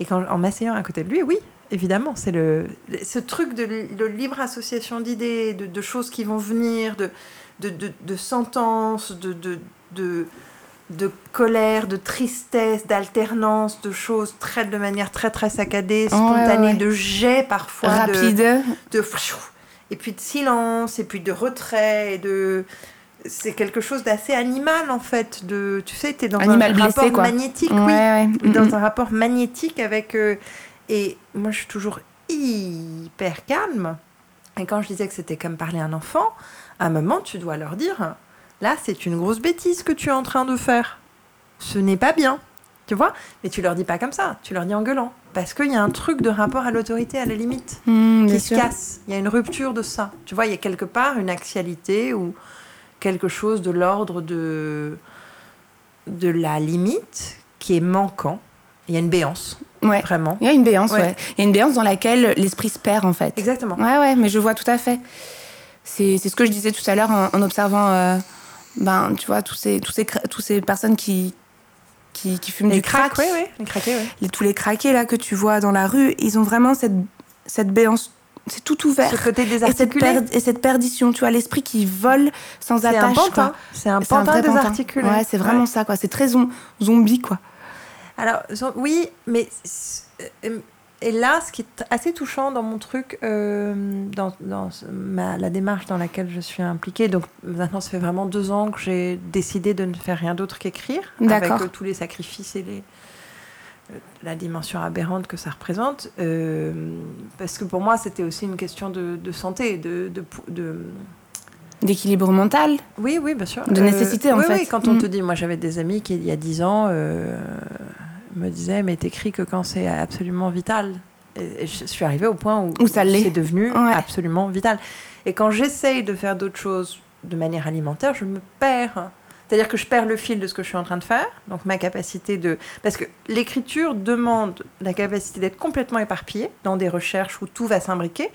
C: Et quand, en m'asseyant à côté de lui, oui, évidemment, c'est le ce truc de, li- de libre association d'idées, de, de choses qui vont venir, de de, de- de sentences, de, de, de de colère, de tristesse, d'alternance, de choses très de manière très très saccadée,
B: Ouais, ouais,
C: spontanée,
B: ouais.
C: de jets parfois, de-
B: Rapide.
C: de et puis de silence et puis de retrait et de c'est quelque chose d'assez animal en fait de tu sais t'es dans
B: Animal
C: un
B: blessé,
C: rapport
B: quoi.
C: magnétique
B: Ouais, ouais.
C: oui
B: Mm,
C: dans un rapport magnétique avec euh, et moi je suis toujours hyper calme et quand je disais que c'était comme parler à un enfant à un moment tu dois leur dire là c'est une grosse bêtise que tu es en train de faire ce n'est pas bien tu vois mais tu leur dis pas comme ça tu leur dis en gueulant parce qu'il y a un truc de rapport à l'autorité à la limite
B: mm. Mm, bien
C: qui se
B: sûr.
C: casse. Il y a une rupture de ça. Tu vois, il y a quelque part une axialité ou quelque chose de l'ordre de, de la limite qui est manquant. Il y a une béance,
B: Ouais.
C: vraiment.
B: Il y a une béance, ouais.
C: Ouais.
B: Il y a une béance dans laquelle l'esprit se perd, en fait.
C: Exactement.
B: Ouais, ouais, mais je vois tout à fait. C'est c'est ce que je disais tout à l'heure en, en observant, euh, ben, tu vois, tous ces, tous ces, cra- tous ces personnes qui, qui, qui fument
C: Les
B: du crack,
C: cracks, ouais, ouais, les craqués, ouais.
B: Les- tous les craqués là que tu vois dans la rue, ils ont vraiment cette, cette béance, c'est tout ouvert.
C: Ce côté
B: Et cette,
C: désarticulé.
B: per- et cette perdition, tu vois, l'esprit qui vole sans
C: C'est un
B: attache.
C: pantin.
B: quoi.
C: C'est un
B: C'est un
C: pantin
B: vrai pantin.
C: désarticulé.
B: Ouais, c'est vraiment ça, quoi. C'est très zom- zombie, quoi.
C: Alors, zo- oui, mais. c- euh, Et là, ce qui est assez touchant dans mon truc, euh, dans, dans ce- ma- la démarche dans laquelle je suis impliquée, donc maintenant, ça fait vraiment deux ans que j'ai décidé de ne faire rien d'autre qu'écrire, avec
B: D'accord.
C: euh, tous les sacrifices et les, euh, la dimension aberrante que ça représente. euh, parce que pour moi, c'était aussi une question de, de santé, de- de, pou- de,
B: D'équilibre mental.
C: oui, oui, bien sûr. Euh,
B: De nécessité, en
C: oui,
B: fait.
C: Oui, quand on
B: Mm.
C: te dit, moi j'avais des amis qui, il y a 10 ans, euh, me disaient, mais t'écris que quand c'est absolument vital. Et, et je suis arrivée au point où,
B: Où ça l'est.
C: c'est devenu
B: Ouais.
C: absolument vital. Et quand j'essaye de faire d'autres choses de manière alimentaire, je me perds. C'est-à-dire que je perds le fil de ce que je suis en train de faire, donc ma capacité de... Parce que l'écriture demande la capacité d'être complètement éparpillée dans des recherches où tout va s'imbriquer,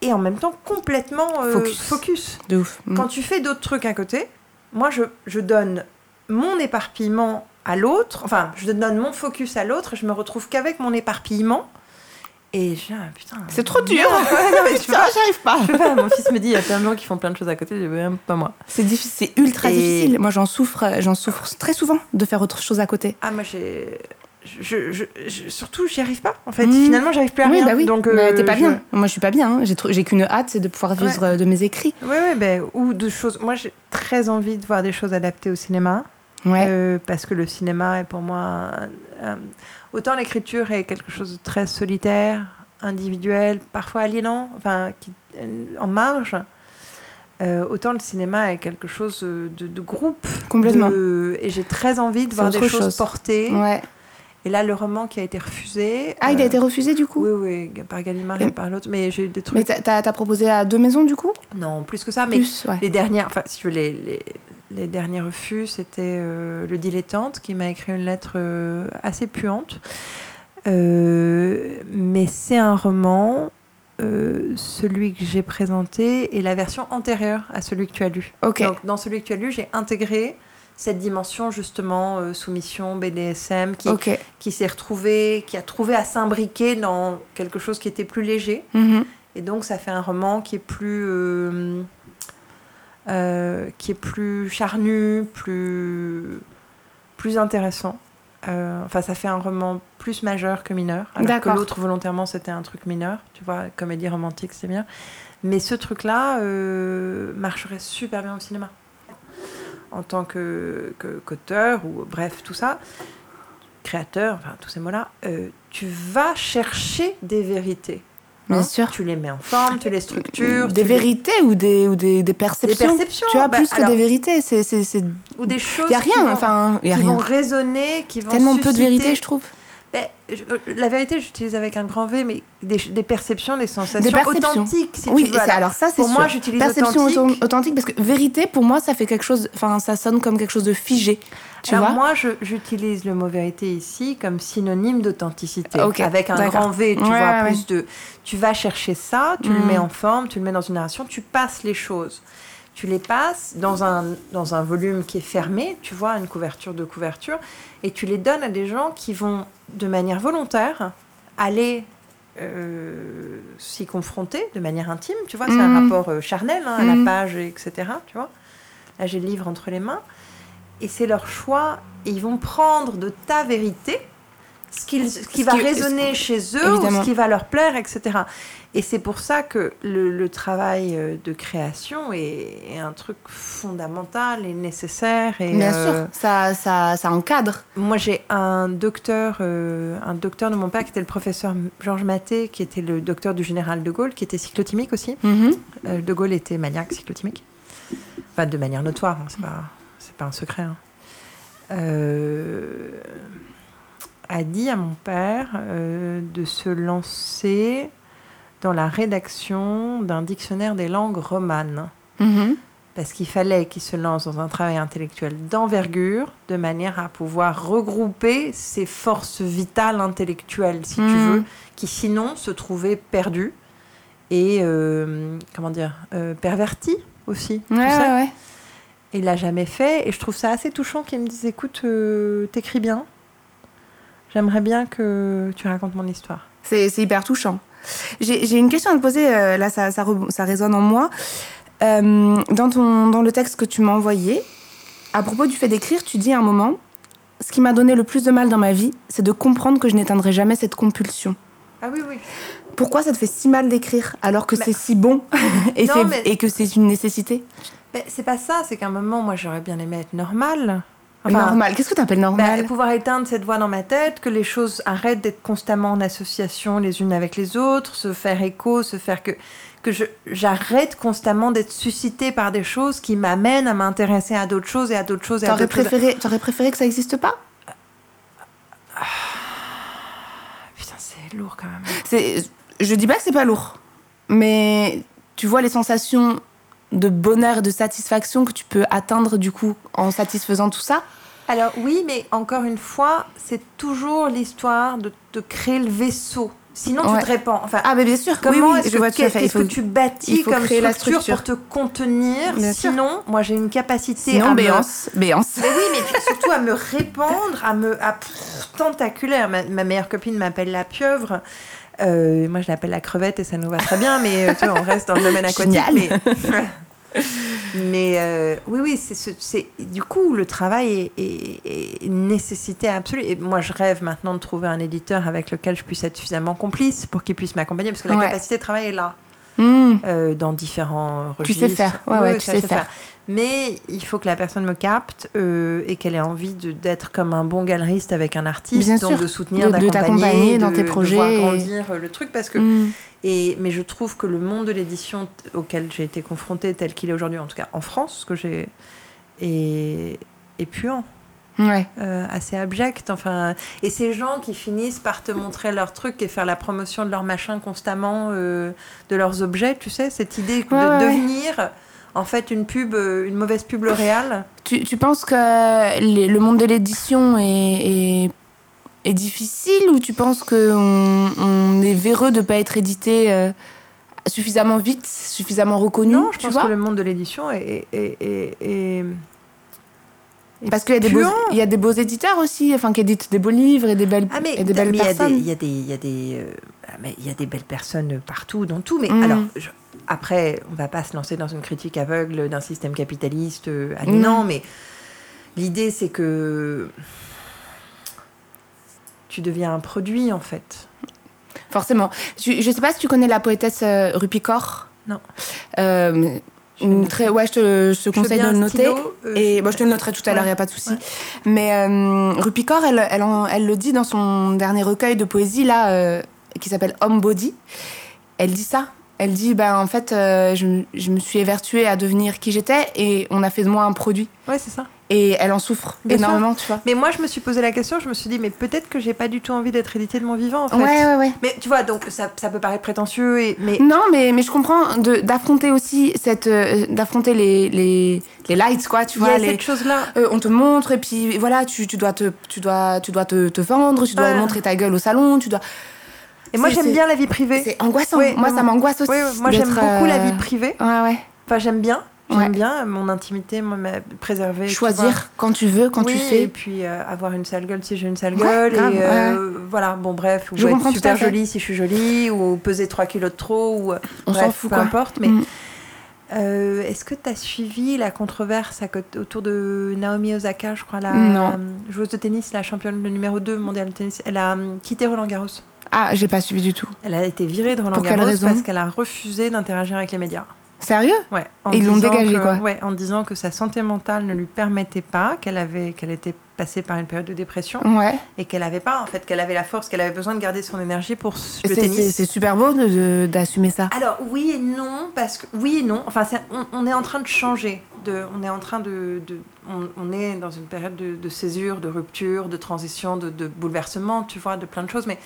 C: et en même temps complètement euh,
B: Focus.
C: focus.
B: De ouf. Mm.
C: Quand tu fais d'autres trucs à côté, moi, je, je donne mon éparpillement à l'autre, enfin, je donne mon focus à l'autre, je me retrouve qu'avec mon éparpillement. Et j'ai un ah, putain.
B: C'est trop dur.
C: merde. Ouais, non, mais je peux
B: Putain,
C: pas,
B: j'arrive pas.
C: je peux pas. Mon fils me dit, il y a plein de gens qui font plein de choses à côté, je dis, Ouais, pas moi.
B: C'est difficile, c'est ultra
C: Et-
B: difficile. Moi, j'en souffre, euh, j'en souffre très souvent de faire autre chose à côté.
C: Ah, moi, j'ai. Je, je- je- surtout, j'y arrive pas, en fait.
B: Mm.
C: Finalement, j'arrive plus à
B: oui,
C: rien.
B: bah oui.
C: Donc,
B: mais
C: euh,
B: t'es pas
C: je-
B: bien. Moi, je suis pas bien. hein. J'ai tr- j'ai qu'une hâte, c'est de pouvoir vivre euh, de mes écrits.
C: Ouais, ouais, ben, ou de choses. Moi, j'ai très envie de voir des choses adaptées au cinéma.
B: Ouais.
C: Euh, parce que le cinéma est pour moi. un- un- autant l'écriture est quelque chose de très solitaire, individuel, parfois aliénant, enfin, qui, euh, en marge. euh, autant le cinéma est quelque chose de, de groupe.
B: Complètement.
C: de- et j'ai très envie de
B: C'est
C: voir des
B: autre
C: choses
B: chose.
C: portées.
B: Ouais.
C: Et là, le roman qui a été refusé.
B: Ah, il a
C: euh,
B: été refusé du coup.
C: Oui, oui, par Gallimard
B: Et-
C: et par l'autre. Mais j'ai eu des
B: Mais
C: trucs.
B: t'as- t'as t'as proposé à deux maisons du coup
C: Non, plus que ça. Mais
B: Plus, ouais.
C: les dernières, enfin, si tu veux, les, les, les derniers refus, c'était euh, le dilettante qui m'a écrit une lettre euh, assez puante. Euh, mais c'est un roman, euh, celui que j'ai présenté est la version antérieure à celui que tu as lu.
B: Ok.
C: Donc, dans celui que tu as lu, j'ai intégré cette dimension justement euh, soumission BDSM qui,
B: Ok.
C: qui s'est retrouvée, qui a trouvé à s'imbriquer dans quelque chose qui était plus léger.
B: Mhm.
C: Et donc, ça fait un roman qui est plus. euh, euh, qui est plus charnu, plus. plus intéressant. Euh, enfin, ça fait un roman plus majeur que mineur. Alors que
B: D'accord.
C: l'autre, volontairement, c'était un truc mineur. Tu vois, comédie romantique, c'est bien. Mais ce truc-là euh, marcherait super bien au cinéma. En tant que que- qu'auteur, ou bref, tout ça, créateur, enfin, tous ces mots-là, euh, tu vas chercher des vérités.
B: Bien
C: Hein
B: sûr.
C: Tu les mets en forme, tu les structures.
B: Des
C: tu les-
B: vérités ou des, ou des, des
C: Des
B: perceptions.
C: perceptions.
B: Tu vois,
C: bah,
B: plus que
C: alors,
B: des vérités. C'est, c'est, c'est...
C: Ou des choses.
B: Y a
C: qui
B: rien,
C: vont-
B: enfin, y a
C: qui vont
B: rien.
C: résonner, qui vont.
B: Tellement peu de
C: susciter-
B: vérité, je trouve.
C: Mais, je- euh, la vérité, j'utilise avec un grand V, mais des, des perceptions, des sensations
B: Des perceptions.
C: authentiques, si
B: oui,
C: tu
B: et
C: veux.
B: ça-
C: Alors,
B: alors ça, c'est
C: pour
B: sûr.
C: moi, j'utilise
B: Perception
C: authentique.
B: authent- authentique, parce que vérité, pour moi, ça fait quelque chose. Enfin, ça sonne comme quelque chose de figé. Tu
C: Alors
B: vois
C: moi, je- j'utilise le mot vérité ici comme synonyme d'authenticité,
B: Ah, Ok,
C: avec un
B: d'accord.
C: grand V. Tu
B: Ouais,
C: vois
B: ouais,
C: plus de. Tu vas chercher ça, tu le
B: Mm.
C: mets en forme, tu le mets dans une narration, tu passes les choses. Tu les passes dans un dans un volume qui est fermé, tu vois, une couverture de couverture, et tu les donnes à des gens qui vont de manière volontaire aller euh, s'y confronter de manière intime, tu vois, c'est un
B: Mm.
C: rapport euh, charnel hein, à la
B: Mm.
C: page, etc. Tu vois, là j'ai le livre entre les mains et c'est leur choix. Et ils vont prendre de ta vérité ce, qu'ils- ce qui
B: Ce
C: va
B: qui-
C: résonner chez eux, ou
B: Évidemment.
C: ce qui va leur plaire, etc. Et c'est pour ça que le, le travail euh, de création est, est un truc fondamental et nécessaire. Et,
B: Bien
C: euh,
B: sûr, ça, ça, ça encadre.
C: moi, j'ai un docteur, euh, un docteur de mon père qui était le professeur Georges Maté, qui était le docteur du général de Gaulle, qui était cyclotimique aussi. Euh, De Gaulle était maniaque cyclotimique. Enfin, de manière notoire, hein, c'est pas, c'est pas un secret. hein. Euh, a dit à mon père euh, de se lancer dans la rédaction d'un dictionnaire des langues romanes.
B: Mhm.
C: Parce qu'il fallait qu'il se lance dans un travail intellectuel d'envergure, de manière à pouvoir regrouper ses forces vitales intellectuelles, si tu
B: Mhm.
C: veux, qui sinon se trouvaient perdues et, euh, comment dire, euh, perverties aussi. tout
B: Ouais,
C: ça.
B: ouais, ouais.
C: Et il l'a jamais fait. Et je trouve ça assez touchant qu'il me dise écoute, euh, t'écris bien. J'aimerais bien que tu racontes mon histoire.
B: C'est c'est hyper touchant. J'ai j'ai une question à te poser, euh, là ça, ça, rebond- ça résonne en moi. Euh, dans, ton, dans le texte que tu m'as envoyé, à propos du fait d'écrire, tu dis à un moment, ce qui m'a donné le plus de mal dans ma vie, c'est de comprendre que je n'éteindrai jamais cette compulsion.
C: Ah oui, oui.
B: Pourquoi ça te fait si mal d'écrire alors que
C: Mais-
B: c'est si bon et,
C: Bah, Non,
B: c'est-
C: mais-
B: et que c'est une nécessité
C: Mais c'est pas ça, c'est qu'à un moment, moi, j'aurais bien aimé être normale.
B: Normal, qu'est-ce que tu appelles
C: Bah,
B: normal
C: pouvoir éteindre cette voix dans ma tête, que les choses arrêtent d'être constamment en association les unes avec les autres, se faire écho, se faire que que je j'arrête constamment d'être suscité par des choses qui m'amènent à m'intéresser à d'autres choses et à d'autres choses et à
B: T'aurais
C: d'autres choses.
B: préféré, t'aurais préféré que ça n'existe pas
C: Putain, c'est lourd quand même.
B: C'est- Je dis pas que c'est pas lourd, mais tu vois les sensations de bonheur, de satisfaction que tu peux atteindre du coup en satisfaisant tout ça.
C: Alors oui, mais encore une fois, c'est toujours l'histoire de, de créer le vaisseau. Sinon,
B: Ouais.
C: tu te répands. Enfin,
B: Ah mais bien sûr,
C: Comment
B: oui, oui,
C: est-ce
B: je vois
C: que,
B: tout à fait.
C: qu'est-ce
B: Il
C: que
B: faut-
C: tu bâtis
B: il faut
C: comme
B: créer la
C: structure,
B: structure.
C: pour te contenir
B: Bien sûr.
C: Sinon, moi j'ai une capacité
B: Sinon,
C: à me-
B: béance, béance.
C: Mais oui, mais puis surtout à me répandre, à me à pff, tentaculaire. Ma, ma meilleure copine m'appelle la pieuvre. Euh, moi, je l'appelle la crevette et ça nous va très bien, mais euh, tu vois, on reste dans le domaine aquatique.
B: Génial.
C: Mais, mais, euh, oui, oui, c'est, ce- c'est- du coup, le travail est, est- est une nécessité absolue. Et moi, je rêve maintenant de trouver un éditeur avec lequel je puisse être suffisamment complice pour qu'il puisse m'accompagner, parce que la
B: Ouais.
C: capacité de travail est là
B: Hmm,
C: euh, dans différents
B: Tu
C: registres.
B: sais faire, ouais,
C: Oui,
B: ouais,
C: oui,
B: tu
C: ça,
B: sais
C: je
B: faire.
C: Mais il faut que la personne me capte euh, et qu'elle ait envie de- d'être comme un bon galeriste avec un artiste,
B: Bien
C: donc
B: sûr.
C: de soutenir,
B: De- de
C: d'accompagner,
B: t'accompagner dans
C: de-
B: tes
C: de
B: projets
C: voir
B: et-
C: grandir euh, le truc parce que.
B: hmm.
C: Et mais je trouve que le monde de l'édition t- auquel j'ai été confrontée tel qu'il est aujourd'hui, en tout cas en France, que j'ai est, est puant
B: Ouais.
C: euh, assez abject. Enfin, et ces gens qui finissent par te montrer leurs trucs et faire la promotion de leur machin constamment, euh, de leurs objets, tu sais, cette idée de
B: Ouais, ouais, ouais.
C: devenir en fait une pub, euh, une mauvaise pub L'Oréal.
B: Tu, tu penses que les- le monde de l'édition est, est, est difficile ou tu penses qu'on on est véreux de ne pas être édité euh, suffisamment vite, suffisamment reconnu
C: Non, je
B: tu
C: pense
B: vois
C: que le monde de l'édition est, est- est- est- est-
B: Parce qu'il y, a des
C: puant.
B: beaux- il y a des beaux éditeurs aussi, enfin, qui éditent des beaux livres et des belles,
C: Ah mais
B: et des belles
C: mais il y a des-
B: personnes.
C: il y a des il y a des euh, ah, mais il y a des belles personnes partout dans tout mais
B: Mhm.
C: alors je- après on va pas se lancer dans une critique aveugle d'un système capitaliste euh, ah,
B: Mhm.
C: non mais l'idée c'est que tu deviens un produit en fait.
B: Forcément. Je, je sais pas si tu connais la poétesse euh, Rupi Kaur.
C: Non.
B: Euh,
C: Je
B: une
C: veux
B: très, ouais, je te je te
C: bien
B: conseille de
C: un
B: le noter.
C: stylo, euh,
B: Et
C: je-
B: moi, je te le noterai tout à l'heure, il
C: Ouais.
B: a pas de souci.
C: Ouais.
B: Mais euh, Rupi Kaur, elle, elle, en- elle le dit dans son dernier recueil de poésie, là, euh, qui s'appelle Homme Body. Elle dit ça. Elle dit, ben, en fait, euh, je, me- je me suis évertuée à devenir qui j'étais et on a fait de moi un produit.
C: Ouais, c'est ça.
B: Et elle en souffre
C: Bien sûr.
B: énormément, tu vois.
C: Mais moi, je me suis posé la question, je me suis dit, mais peut-être que j'ai pas du tout envie d'être édité de mon vivant, en fait.
B: ouais, Mm. ouais.
C: Mais tu vois, donc ça, ça peut paraître prétentieux, et, mais
B: Non, mais, mais je comprends de- d'affronter aussi cette. euh, d'affronter les, les, les lights, quoi, tu
C: il y
B: vois.
C: a
B: les-
C: cette chose-là.
B: Euh, on te montre et puis voilà tu, tu dois te tu dois tu dois te, te vendre tu dois
C: Ouais.
B: montrer ta gueule au salon tu dois
C: Et moi,
B: c'est-
C: j'aime
B: c'est-
C: bien la vie privée.
B: c'est angoissant
C: Ouais,
B: moi
C: mais
B: ça
C: moi-
B: m'angoisse aussi
C: Oui, oui, moi, j'aime
B: d'être,
C: beaucoup la
B: euh,
C: vie privée.
B: ouais ouais
C: Enfin, j'aime bien. J'aime
B: Ouais.
C: bien mon intimité, moi, ma- préserver. tu vois.
B: choisir quand tu veux quand tu
C: Oui, Et
B: fais
C: puis euh, avoir une sale gueule si j'ai une sale
B: Ouais,
C: gueule.
B: grave,
C: et euh, voilà, bon, bref. Ou
B: Je comprends
C: être
B: tout à
C: super
B: fait.
C: jolie si je suis jolie, ou peser 3 kilos de trop, ou. euh,
B: on
C: bref,
B: s'en fout
C: peu
B: quoi
C: importe. Mais
B: Mm.
C: euh, est-ce que tu as suivi la controverse à côté- autour de Naomi Osaka, je crois, la
B: Non.
C: euh, joueuse de tennis, la championne de numéro 2 mondiale de tennis Elle a euh, quitté Roland Garros.
B: ah j'ai pas suivi du tout
C: Elle a été virée de Roland
B: Pour quelle
C: Garros
B: raison
C: parce qu'elle a refusé d'interagir avec les médias.
B: sérieux
C: Ouais, en
B: Ils l'ont
C: disant
B: dégagée,
C: que-
B: quoi.
C: Ouais, en disant que sa santé mentale ne lui permettait pas, qu'elle avait, qu'elle était passée par une période de dépression
B: ouais
C: et qu'elle n'avait pas, en fait, qu'elle avait la force, qu'elle avait besoin de garder son énergie pour s- le
B: c'est c'est- c'est
C: tennis.
B: super beau de- de- d'assumer ça
C: Alors oui et non parce que oui et non. Enfin, c'est- on, on est en train de changer. De, on est en train de, de- on, on est dans une période de, de césure, de rupture, de transition, de, de bouleversement, tu vois, de plein de choses. Mais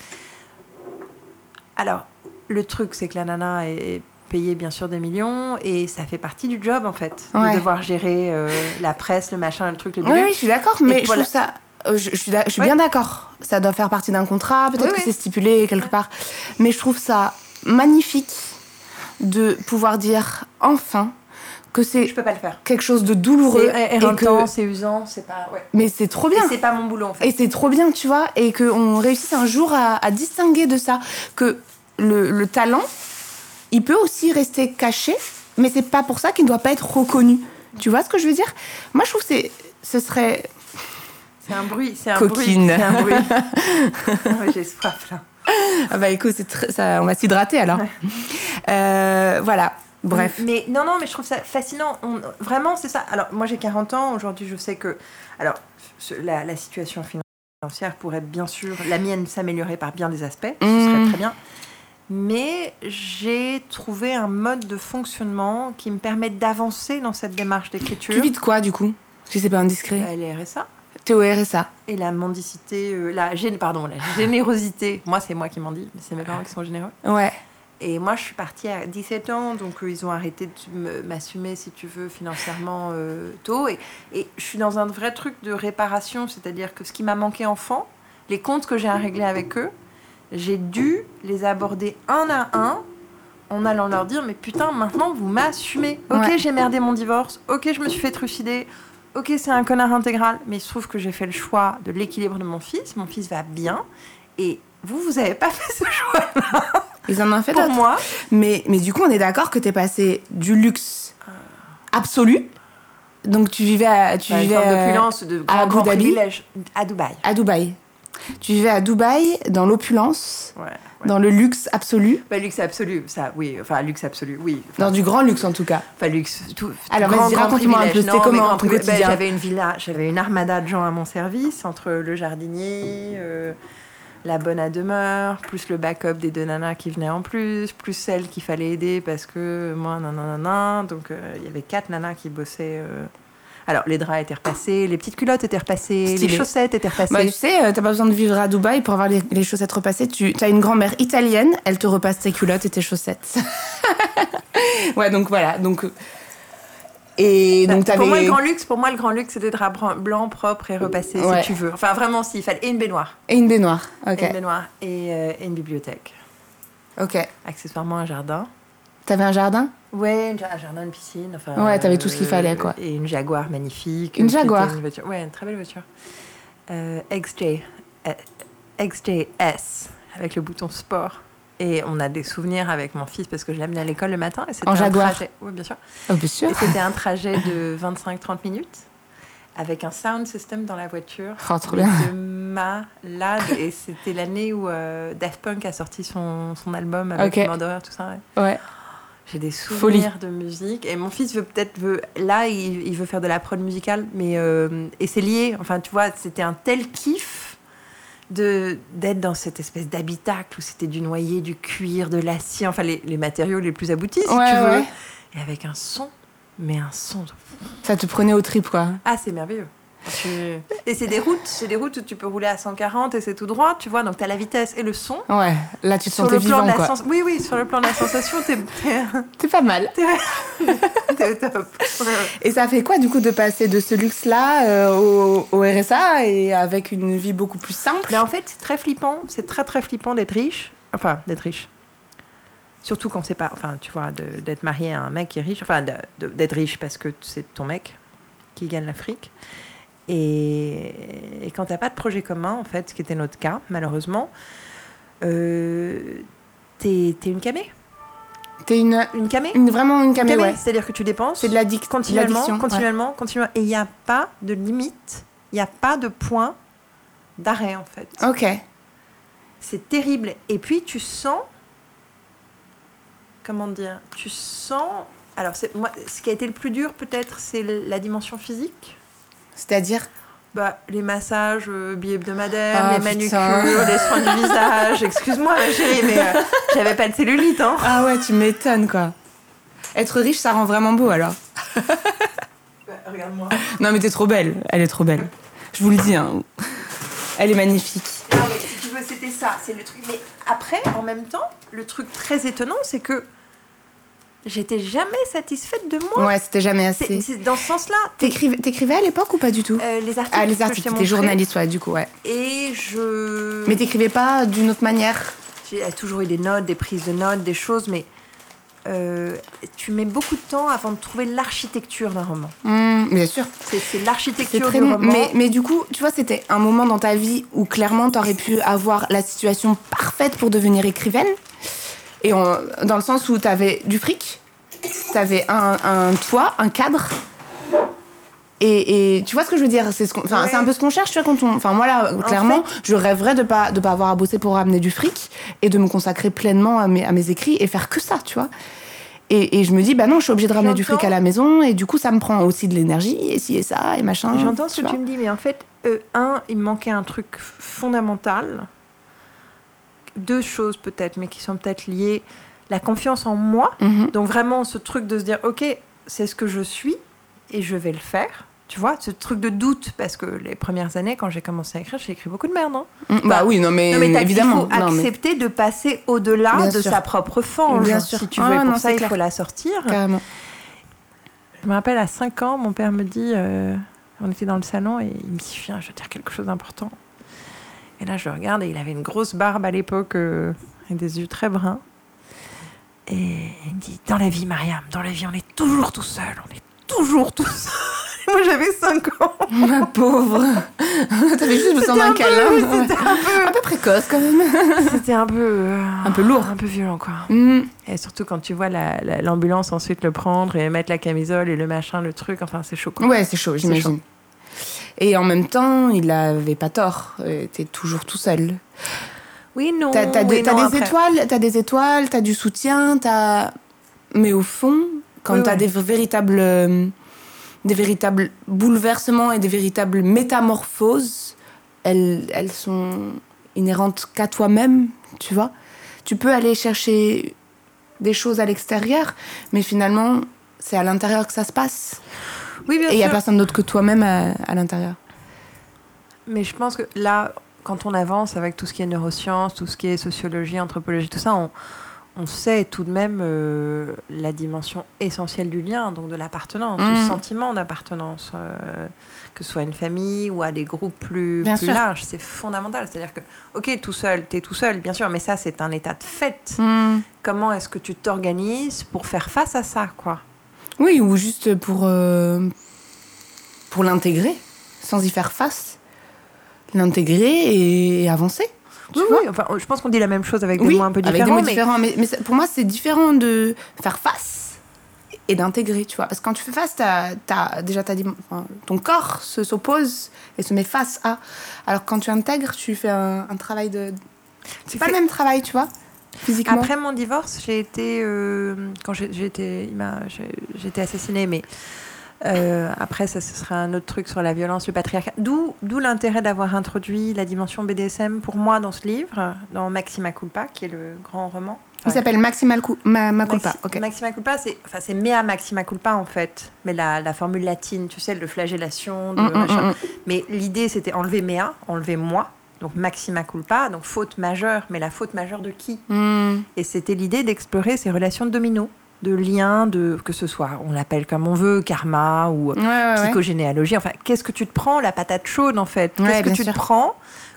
C: alors, le truc, c'est que la nana est- est payée bien sûr des millions et ça fait partie du job en fait,
B: Ouais.
C: de devoir gérer euh, la presse, le machin, le truc, le
B: oui
C: bidule.
B: oui, je suis d'accord mais je
C: voilà.
B: trouve ça euh, je, je suis, d'a- je suis
C: Ouais.
B: bien d'accord ça doit faire partie d'un contrat peut-être
C: Oui,
B: que
C: oui.
B: c'est stipulé quelque part mais je trouve ça magnifique de pouvoir dire enfin que c'est
C: Je peux pas le faire.
B: quelque chose de
C: C'est
B: douloureux et que-
C: éreintant, c'est usant, c'est pas. Ouais.
B: mais c'est trop
C: Et
B: bien
C: C'est pas mon boulot en fait.
B: et c'est trop bien tu vois et qu'on réussisse un jour à, à distinguer de ça que le, le talent il peut aussi rester caché mais c'est pas pour ça qu'il ne doit pas être reconnu tu vois ce que je veux dire moi je trouve que c'est ce serait
C: C'est un bruit, c'est un
B: Coquine.
C: bruit. C'est un bruit. Ah ouais, J'ai soif là.
B: ah bah écoute c'est très- ça, on va s'hydrater alors Euh, voilà bref
C: Mais non, non, mais je trouve ça fascinant. On- vraiment, c'est ça. Alors, moi j'ai 40 ans. Aujourd'hui, je sais que. Alors, ce- la, la situation financière pourrait bien sûr, la mienne, s'améliorer par bien des aspects. Ce
B: Mm.
C: serait très bien. Mais j'ai trouvé un mode de fonctionnement qui me permet d'avancer dans cette démarche d'écriture.
B: tu vis de quoi du coup si c'est pas indiscret
C: Elle est RSA.
B: t'es au RSA
C: Et la mendicité, euh, la, gén- pardon, la générosité. moi, c'est moi qui m'en dis, mais c'est mes
B: Ah.
C: parents qui sont généreux.
B: ouais
C: Et moi, je suis partie à 17 ans, donc euh, ils ont arrêté de me- m'assumer, si tu veux, financièrement euh, tôt. Et, et je suis dans un vrai truc de réparation, c'est-à-dire que ce qui m'a manqué enfant, les comptes que j'ai à régler avec eux, j'ai dû les aborder un à un en allant leur dire Mais putain, maintenant, vous m'assumez. Ok,
B: Ouais.
C: j'ai merdé mon divorce. Ok, je me suis fait trucider. Ok, c'est un connard intégral. Mais il se trouve que j'ai fait le choix de l'équilibre de mon fils. Mon fils va bien. Et vous, vous n'avez pas fait ce choix
B: ils en ont fait
C: pour
B: d'autres
C: moi.
B: Mais, mais du coup, on est d'accord que t'es passé du luxe absolu. Donc tu vivais à, tu
C: Bah, une
B: vivais
C: forme
B: euh,
C: d'opulence, de grand,
B: Abu
C: grand
B: Dhabi.
C: privilège. À Dubaï.
B: à Dubaï. Tu vivais à Dubaï dans l'opulence,
C: Ouais.
B: dans le luxe absolu,
C: Bah, luxe absolu, ça, oui. Enfin, luxe absolu, oui.
B: dans du grand luxe en tout cas.
C: Enfin, luxe, tout.
B: Alors,
C: grand,
B: vas-y,
C: grand
B: raconte-moi un peu,
C: privilège.
B: c'était
C: Non, mais
B: comment
C: grand
B: ton
C: privilège. Ben,
B: quotidien
C: J'avais une villa, j'avais une armada de gens à mon service, entre le jardinier, euh, la bonne à demeure, plus le backup des deux nanas qui venaient en plus, plus celle qu'il fallait aider parce que moi, nanana. Donc, euh, il y avait quatre nanas qui bossaient. euh. Alors, les draps étaient repassés, les petites culottes étaient repassées,
B: Stylé.
C: les chaussettes étaient repassées.
B: Bah, tu sais, euh, t'as pas besoin de vivre à Dubaï pour avoir les, les chaussettes repassées. Tu as une grand-mère italienne, elle te repasse tes culottes et tes chaussettes. ouais, donc voilà. Donc, euh, et donc
C: Bah, pour moi,
B: t'avais
C: le grand luxe, pour moi, le grand luxe, c'est des draps bran- blancs, propres et repassés,
B: Ouais.
C: si tu veux. Enfin, vraiment, s'il fallait. Et une baignoire.
B: et une baignoire.
C: Et une
B: Ok.
C: baignoire. Et, euh, et une bibliothèque.
B: Ok.
C: Accessoirement, un jardin.
B: T'avais un jardin
C: Ouais, une ja- un jardin, une piscine. Enfin, euh,
B: Ouais, t'avais tout ce qu'il fallait, quoi.
C: Et une Jaguar magnifique.
B: Une
C: euh, qui était
B: Jaguar.
C: une voiture- Ouais, une très belle voiture. Euh, XJ. euh, XJS. Avec le bouton sport. Et on a des souvenirs avec mon fils parce que je l'amenais à l'école le matin. Et c'était
B: En
C: un
B: Jaguar.
C: trajet- Ouais, bien sûr.
B: Oh, bien sûr.
C: Et c'était un trajet de 25-30 minutes avec un sound system dans la voiture.
B: Oh, trop bien.
C: De malade. Et c'était l'année où euh, Daft Punk a sorti son, son album avec
B: Ok.
C: Murderer, tout ça. ouais.
B: Ouais.
C: J'ai des
B: Folie.
C: souvenirs de musique. Et mon fils veut peut-être. Veut, là, il, il veut faire de la prod musicale. Mais, euh, et c'est lié. Enfin, tu vois, c'était un tel kiff de d'être dans cette espèce d'habitacle où c'était du noyer, du cuir, de l'acier, enfin les, les matériaux les plus aboutis, si
B: Ouais,
C: tu veux.
B: ouais.
C: Et avec un son Mais un son. de-
B: Ça te prenait au trip, quoi.
C: Ah, c'est merveilleux. Tu- Et c'est des routes, c'est des routes où tu peux rouler à 140 et c'est tout droit, tu vois. Donc t'as la vitesse et le son.
B: Ouais, là, tu te
C: Sur
B: sentais
C: le plan
B: vivant,
C: de la
B: quoi.
C: sens- oui, oui, sur le plan de la sensation, t'es t'es-
B: C'est pas mal.
C: t'es au top.
B: Et ça fait quoi, du coup, de passer de ce luxe-là euh, au, au RSA et avec une vie beaucoup plus simple
C: Mais en fait, c'est très flippant. C'est très très flippant d'être riche. Enfin, d'être riche. Surtout quand c'est pas. Enfin, tu vois, de- d'être marié à un mec qui est riche. Enfin, de- de- d'être riche parce que c'est ton mec qui gagne l'Afrique. Et, et quand t'as pas de projet commun, en fait, ce qui était notre cas, malheureusement, euh, t'es t'es une camée.
B: T'es une,
C: Une camée.
B: une- vraiment une
C: Camée,
B: caméra. ouais.
C: C'est-à-dire que tu dépenses.
B: C'est de l'addic-
C: continuellement,
B: l'addiction. ouais.
C: continuellement, continuellement. Et il n'y a pas de limite, il n'y a pas de point d'arrêt en fait.
B: Ok.
C: C'est terrible. Et puis tu sens, comment dire, tu sens. Alors c'est moi, ce qui a été le plus dur peut-être, c'est la dimension physique.
B: C'est-à-dire
C: Bah, les massages euh, bi-hebdomadaires,
B: Ah,
C: les manucures,
B: putain.
C: les soins du visage. Excuse-moi, ma chérie, mais euh, j'avais pas de cellulite. Hein.
B: Ah ouais, tu m'étonnes, quoi. Être riche, ça rend vraiment beau, alors.
C: Bah, Regarde-moi.
B: Non, mais t'es trop belle. Elle est trop belle. Je vous le dis, hein. Elle est magnifique.
C: Non, mais si tu veux, c'était ça, c'est le truc. Mais après, en même temps, le truc très étonnant, c'est que j'étais jamais satisfaite de moi.
B: Ouais, c'était jamais
C: C'est
B: assez.
C: c'est dans ce sens-là.
B: T'écrivais t'écrivais à l'époque ou pas du tout
C: Euh, les articles.
B: Ah, les
C: que
B: articles,
C: je t'ai
B: t'es
C: montrés,
B: journaliste, ouais, du coup, ouais.
C: Et je.
B: Mais t'écrivais pas d'une autre manière
C: J'ai toujours eu des notes, des prises de notes, des choses, mais euh, tu mets beaucoup de temps avant de trouver l'architecture d'un roman.
B: Hmm, Bien sûr.
C: C'est c'est
B: C'est
C: l'architecture
B: très
C: du
B: long.
C: roman.
B: Mais, mais du coup, tu vois, c'était un moment dans ta vie où clairement t'aurais pu avoir la situation parfaite pour devenir écrivaine. Et on- dans le sens où t'avais du fric, t'avais un, un toit, un cadre. Et, et tu vois ce que je veux dire C'est ce qu'on- enfin,
C: Ouais.
B: c'est un peu ce qu'on cherche, tu vois, quand on. Enfin, moi, là, clairement, je rêverais de pas, de pas avoir à bosser pour ramener du fric et de me consacrer pleinement à mes, à mes écrits et faire que ça, tu vois. Et, et je me dis, bah non, je suis obligée de ramener du fric
C: J'entends.
B: à la maison, et du coup, ça me prend aussi de l'énergie, et ci et ça, et machin.
C: J'entends ce que
B: vois.
C: Ah, tu me dis, mais en fait, euh, un, il me manquait un truc fondamental. Deux choses peut-être, mais qui sont peut-être liées. La confiance en moi.
B: Mhm.
C: Donc vraiment ce truc de se dire, ok, c'est ce que je suis et je vais le faire. Tu vois, ce truc de doute, parce que les premières années, quand j'ai commencé à écrire, j'ai écrit beaucoup de merde. hein.
B: Mm, Bah oui, non, mais,
C: Non, mais t'as-
B: évidemment.
C: il faut
B: non, mais-
C: accepter de passer au-delà
B: Bien
C: de
B: sûr.
C: sa propre fange.
B: Bien sûr.
C: Si tu
B: Ah
C: veux, et
B: ouais,
C: pour
B: non,
C: ça,
B: c'est
C: il
B: clair.
C: faut la sortir.
B: Carrément.
C: Je me rappelle à 5 ans, mon père me dit, euh, on était dans le salon et il me dit, viens, je vais te dire quelque chose d'important. Et là, je le regarde et il avait une grosse barbe à l'époque euh, et des yeux très bruns. Et il me dit, dans la vie, Mariam, dans la vie, on est toujours tout seul, on est toujours tout seul. Moi, j'avais 5 ans.
B: Ma pauvre. T'avais juste besoin d'un
C: C'était un
B: câlin.
C: peu-
B: ouais.
C: C'était un peu,
B: Un peu précoce, quand même.
C: c'était un peu, euh,
B: Un peu lourd.
C: un peu violent, quoi.
B: Mm.
C: Et surtout quand tu vois la- la- l'ambulance ensuite le prendre et mettre la camisole et le machin, le truc, enfin, c'est chaud, quoi.
B: Ouais, c'est chaud,
C: C'est
B: j'imagine. Et en même temps, il avait pas tort. Euh, T'es toujours tout seul.
C: Oui, non.
B: T'as t'as
C: oui,
B: des, t'as
C: non,
B: des
C: après.
B: étoiles, t'as des étoiles, t'as du soutien, t'as. Mais au fond, quand
C: Oui,
B: t'as
C: ouais.
B: des véritables, euh, des véritables bouleversements et des véritables métamorphoses, elles, elles sont inhérentes qu'à toi-même, tu vois. Tu peux aller chercher des choses à l'extérieur, mais finalement, c'est à l'intérieur que ça se passe.
C: Oui, bien
B: Et il n'y a
C: sûr.
B: personne d'autre que toi-même à, à l'intérieur.
C: Mais je pense que là, quand on avance avec tout ce qui est neurosciences, tout ce qui est sociologie, anthropologie, tout ça, on, on sait tout de même euh, la dimension essentielle du lien, donc de l'appartenance, du
B: Mhm.
C: sentiment d'appartenance, euh, que ce soit à une famille ou à des groupes plus,
B: Bien
C: plus
B: sûr.
C: larges. C'est fondamental. C'est-à-dire que, ok, tout seul, t'es tout seul, bien sûr, mais ça, c'est un état de fait. Comment est-ce que tu t'organises pour faire face à ça, quoi
B: Oui, ou juste pour, euh, pour l'intégrer, sans y faire face. L'intégrer et, et avancer. tu
C: Oui,
B: vois.
C: oui, enfin, je pense qu'on dit la même chose avec des mots un peu
B: avec des
C: différents.
B: mots
C: mais-
B: différents, Mais, mais ça- pour moi, c'est différent de faire face et d'intégrer, tu vois. Parce que quand tu fais face, t'as, t'as- déjà t'as dit, enfin, ton corps se, s'oppose et se met face à. Alors que quand tu intègres, tu fais un, un travail de. C'est pas
C: fais-
B: le même travail, tu vois, physiquement.
C: Après mon divorce, j'ai été euh, quand j'ai j'ai été, il m'a- j'ai j'ai été assassinée, mais euh, après ça ce serait un autre truc sur la violence, le patriarcat. D'où d'où l'intérêt d'avoir introduit la dimension BDSM pour moi dans ce livre, dans Maxima culpa, qui est le grand roman.
B: Il s'appelle Maximal Cou- Ma- Maculpa.
C: Maxi-
B: ok.
C: Maxima culpa, c'est enfin c'est mea maxima culpa en fait, mais la, la formule latine, tu sais, de flagellation, de
B: Mm, mm,
C: machin.
B: mm.
C: Mais l'idée c'était enlever mea, enlever moi, donc maxima culpa, donc faute majeure, mais la faute majeure de qui
B: Mm.
C: Et c'était l'idée d'explorer ces relations de domino, de liens, de que ce soit, on l'appelle comme on veut, karma ou
B: Ouais, ouais, ouais.
C: psychogénéalogie. Enfin, qu'est-ce que tu te prends, la patate chaude en fait Qu'est-ce
B: Ouais,
C: que
B: bien
C: tu
B: sûr.
C: te prends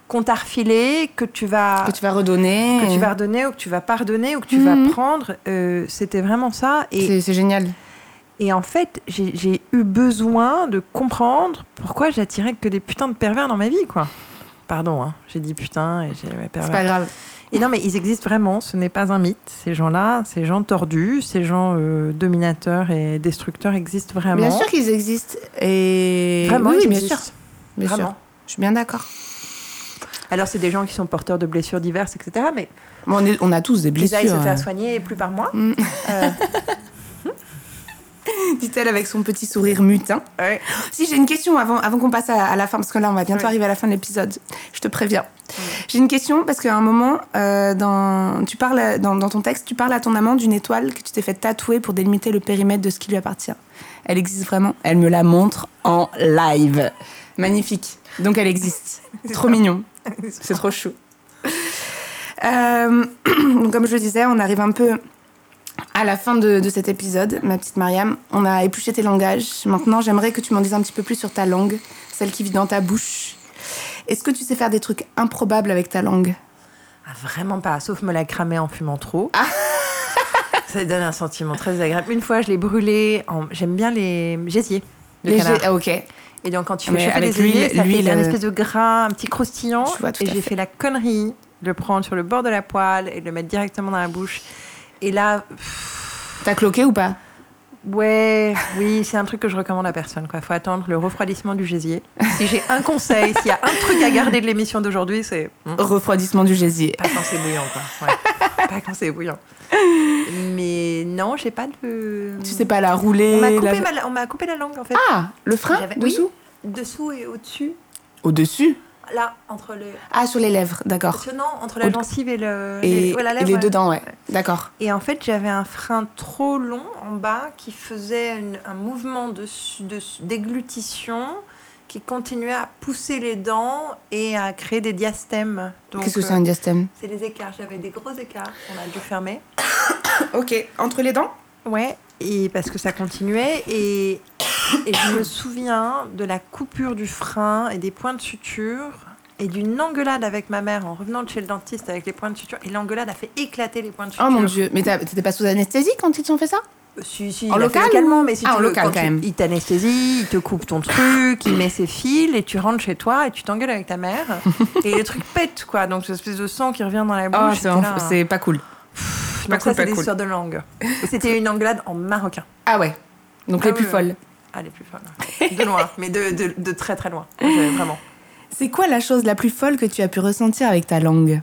C: qu'on t'a refilé, que tu vas
B: Que tu vas redonner.
C: Ah. que tu vas redonner ou que tu vas pardonner ou que tu
B: Mhm.
C: vas prendre. euh, C'était vraiment ça. Et,
B: C'est c'est génial.
C: Ah, et en fait, j'ai j'ai eu besoin de comprendre pourquoi j'attirais que des putains de pervers dans ma vie, quoi. Pardon, hein, j'ai dit putain et j'ai ouais,
B: C'est
C: pervers.
B: pas grave.
C: Et non, mais ils existent vraiment, ce n'est pas un mythe. Ces gens-là, ces gens tordus, ces gens euh, dominateurs et destructeurs existent vraiment.
B: Bien sûr qu'ils existent. Et...
C: Vraiment,
B: oui, oui,
C: ils
B: bien sûr.
C: existent.
B: Bien sûr.
C: Vraiment.
B: Je suis bien d'accord.
C: Alors, c'est des gens qui sont porteurs de blessures diverses, etc. Mais
B: Bon, on, est- on a tous des
C: ils
B: blessures.
C: aillent se faire
B: euh.
C: soigner plus par mois.
B: Mm.
C: Euh,
B: Dit-elle avec son petit sourire mutin.
C: ouais.
B: Si j'ai une question avant, avant qu'on passe à, à la fin, parce que là on va bientôt
C: Oui.
B: arriver à la fin de l'épisode, je te préviens. J'ai une question parce qu'à un moment, euh, dans, tu parles, à- dans, dans ton texte, tu parles à ton amant d'une étoile que tu t'es fait tatouer pour délimiter le périmètre de ce qui lui appartient. Elle existe vraiment Elle me la montre en live. Magnifique. Donc elle existe. trop mignon. C'est trop chou. Euh, donc, comme je le disais, on arrive un peu à la fin de, de cet épisode, ma petite Mariam. On a épluché tes langages. Maintenant, j'aimerais que tu m'en dises un petit peu plus sur ta langue, celle qui vit dans ta bouche. Est-ce que tu sais faire des trucs improbables avec ta langue
C: Ah, vraiment pas, sauf me la cramer en fumant trop.
B: Ah.
C: ça donne un sentiment très agréable. Une fois, je l'ai brûlé. En... J'aime bien les gésiers. de
B: Léger-
C: canard.
B: ah, ok.
C: Et donc, quand tu
B: Mais
C: fais chauffer
B: avec
C: les éliers,
B: l'huile-
C: ça
B: l'huile,
C: fait un
B: euh,
C: espèce de gras, un petit croustillant.
B: Je vois tout
C: et
B: à
C: j'ai
B: fait.
C: fait la connerie de le prendre sur le bord de la poêle et de le mettre directement dans la bouche. Et là,
B: T'as cloqué ou pas
C: Ouais, oui, c'est un truc que je recommande à personne. Quoi, faut attendre le refroidissement du gésier. Si j'ai un conseil, s'il y a un truc à garder de l'émission d'aujourd'hui, c'est hmm,
B: Refroidissement du gésier.
C: pas quand c'est bouillant, quoi. Ouais, pas quand c'est bouillant. Mais non, j'ai pas de.
B: Tu sais pas la rouler
C: on m'a coupé,
B: la-
C: ma la- on m'a coupé la langue en fait,
B: Ah, le frein
C: J'avais- oui.
B: dessous
C: dessous et au-dessus,
B: Au-dessus
C: là entre le,
B: Ah, sur les lèvres, d'accord.
C: sur- non, entre la
B: Au-
C: gencive et le
B: Et,
C: les- ouais, la
B: et
C: lèvre,
B: les
C: ouais.
B: deux dents, ouais. D'accord.
C: Et en fait, j'avais un frein trop long en bas qui faisait une- un mouvement de su- de su- déglutition qui continuait à pousser les dents et à créer des diastèmes. Donc,
B: Qu'est-ce que c'est
C: euh,
B: un diastème
C: C'est les écarts. J'avais des gros écarts qu'on a dû fermer.
B: Ok, entre les dents
C: Ouais, et parce que ça continuait. Et, et je me souviens de la coupure du frein et des points de suture et d'une engueulade avec ma mère en revenant de chez le dentiste avec les points de suture. Et l'engueulade a fait éclater les points de suture.
B: Oh mon dieu, mais t'as- t'étais pas sous anesthésie quand ils t'ont fait ça
C: Si, si,
B: En
C: il l'a fait
B: local
C: localement,
B: ou-
C: mais si
B: Ah,
C: tu
B: en
C: veux,
B: local,
C: quand
B: quand
C: tu-
B: même.
C: Il t'anesthésie, il te coupe ton truc, il met ses fils et tu rentres chez toi et tu t'engueules avec ta mère. et le truc pète, quoi. Donc, cette espèce de sang qui revient dans la bouche.
B: Ah,
C: j'étais là, hein.
B: pas cool. pas
C: Donc ça,
B: cool,
C: c'est
B: pas
C: des
B: cool.
C: histoires de langue. Et C'était une engueulade en marocain.
B: Ah ouais, donc
C: Ah
B: les plus
C: ouais.
B: folles.
C: Allez, plus fort. De loin, mais de, de- de très très loin. Je- Vraiment.
B: C'est quoi la chose la plus folle que tu as pu ressentir avec ta langue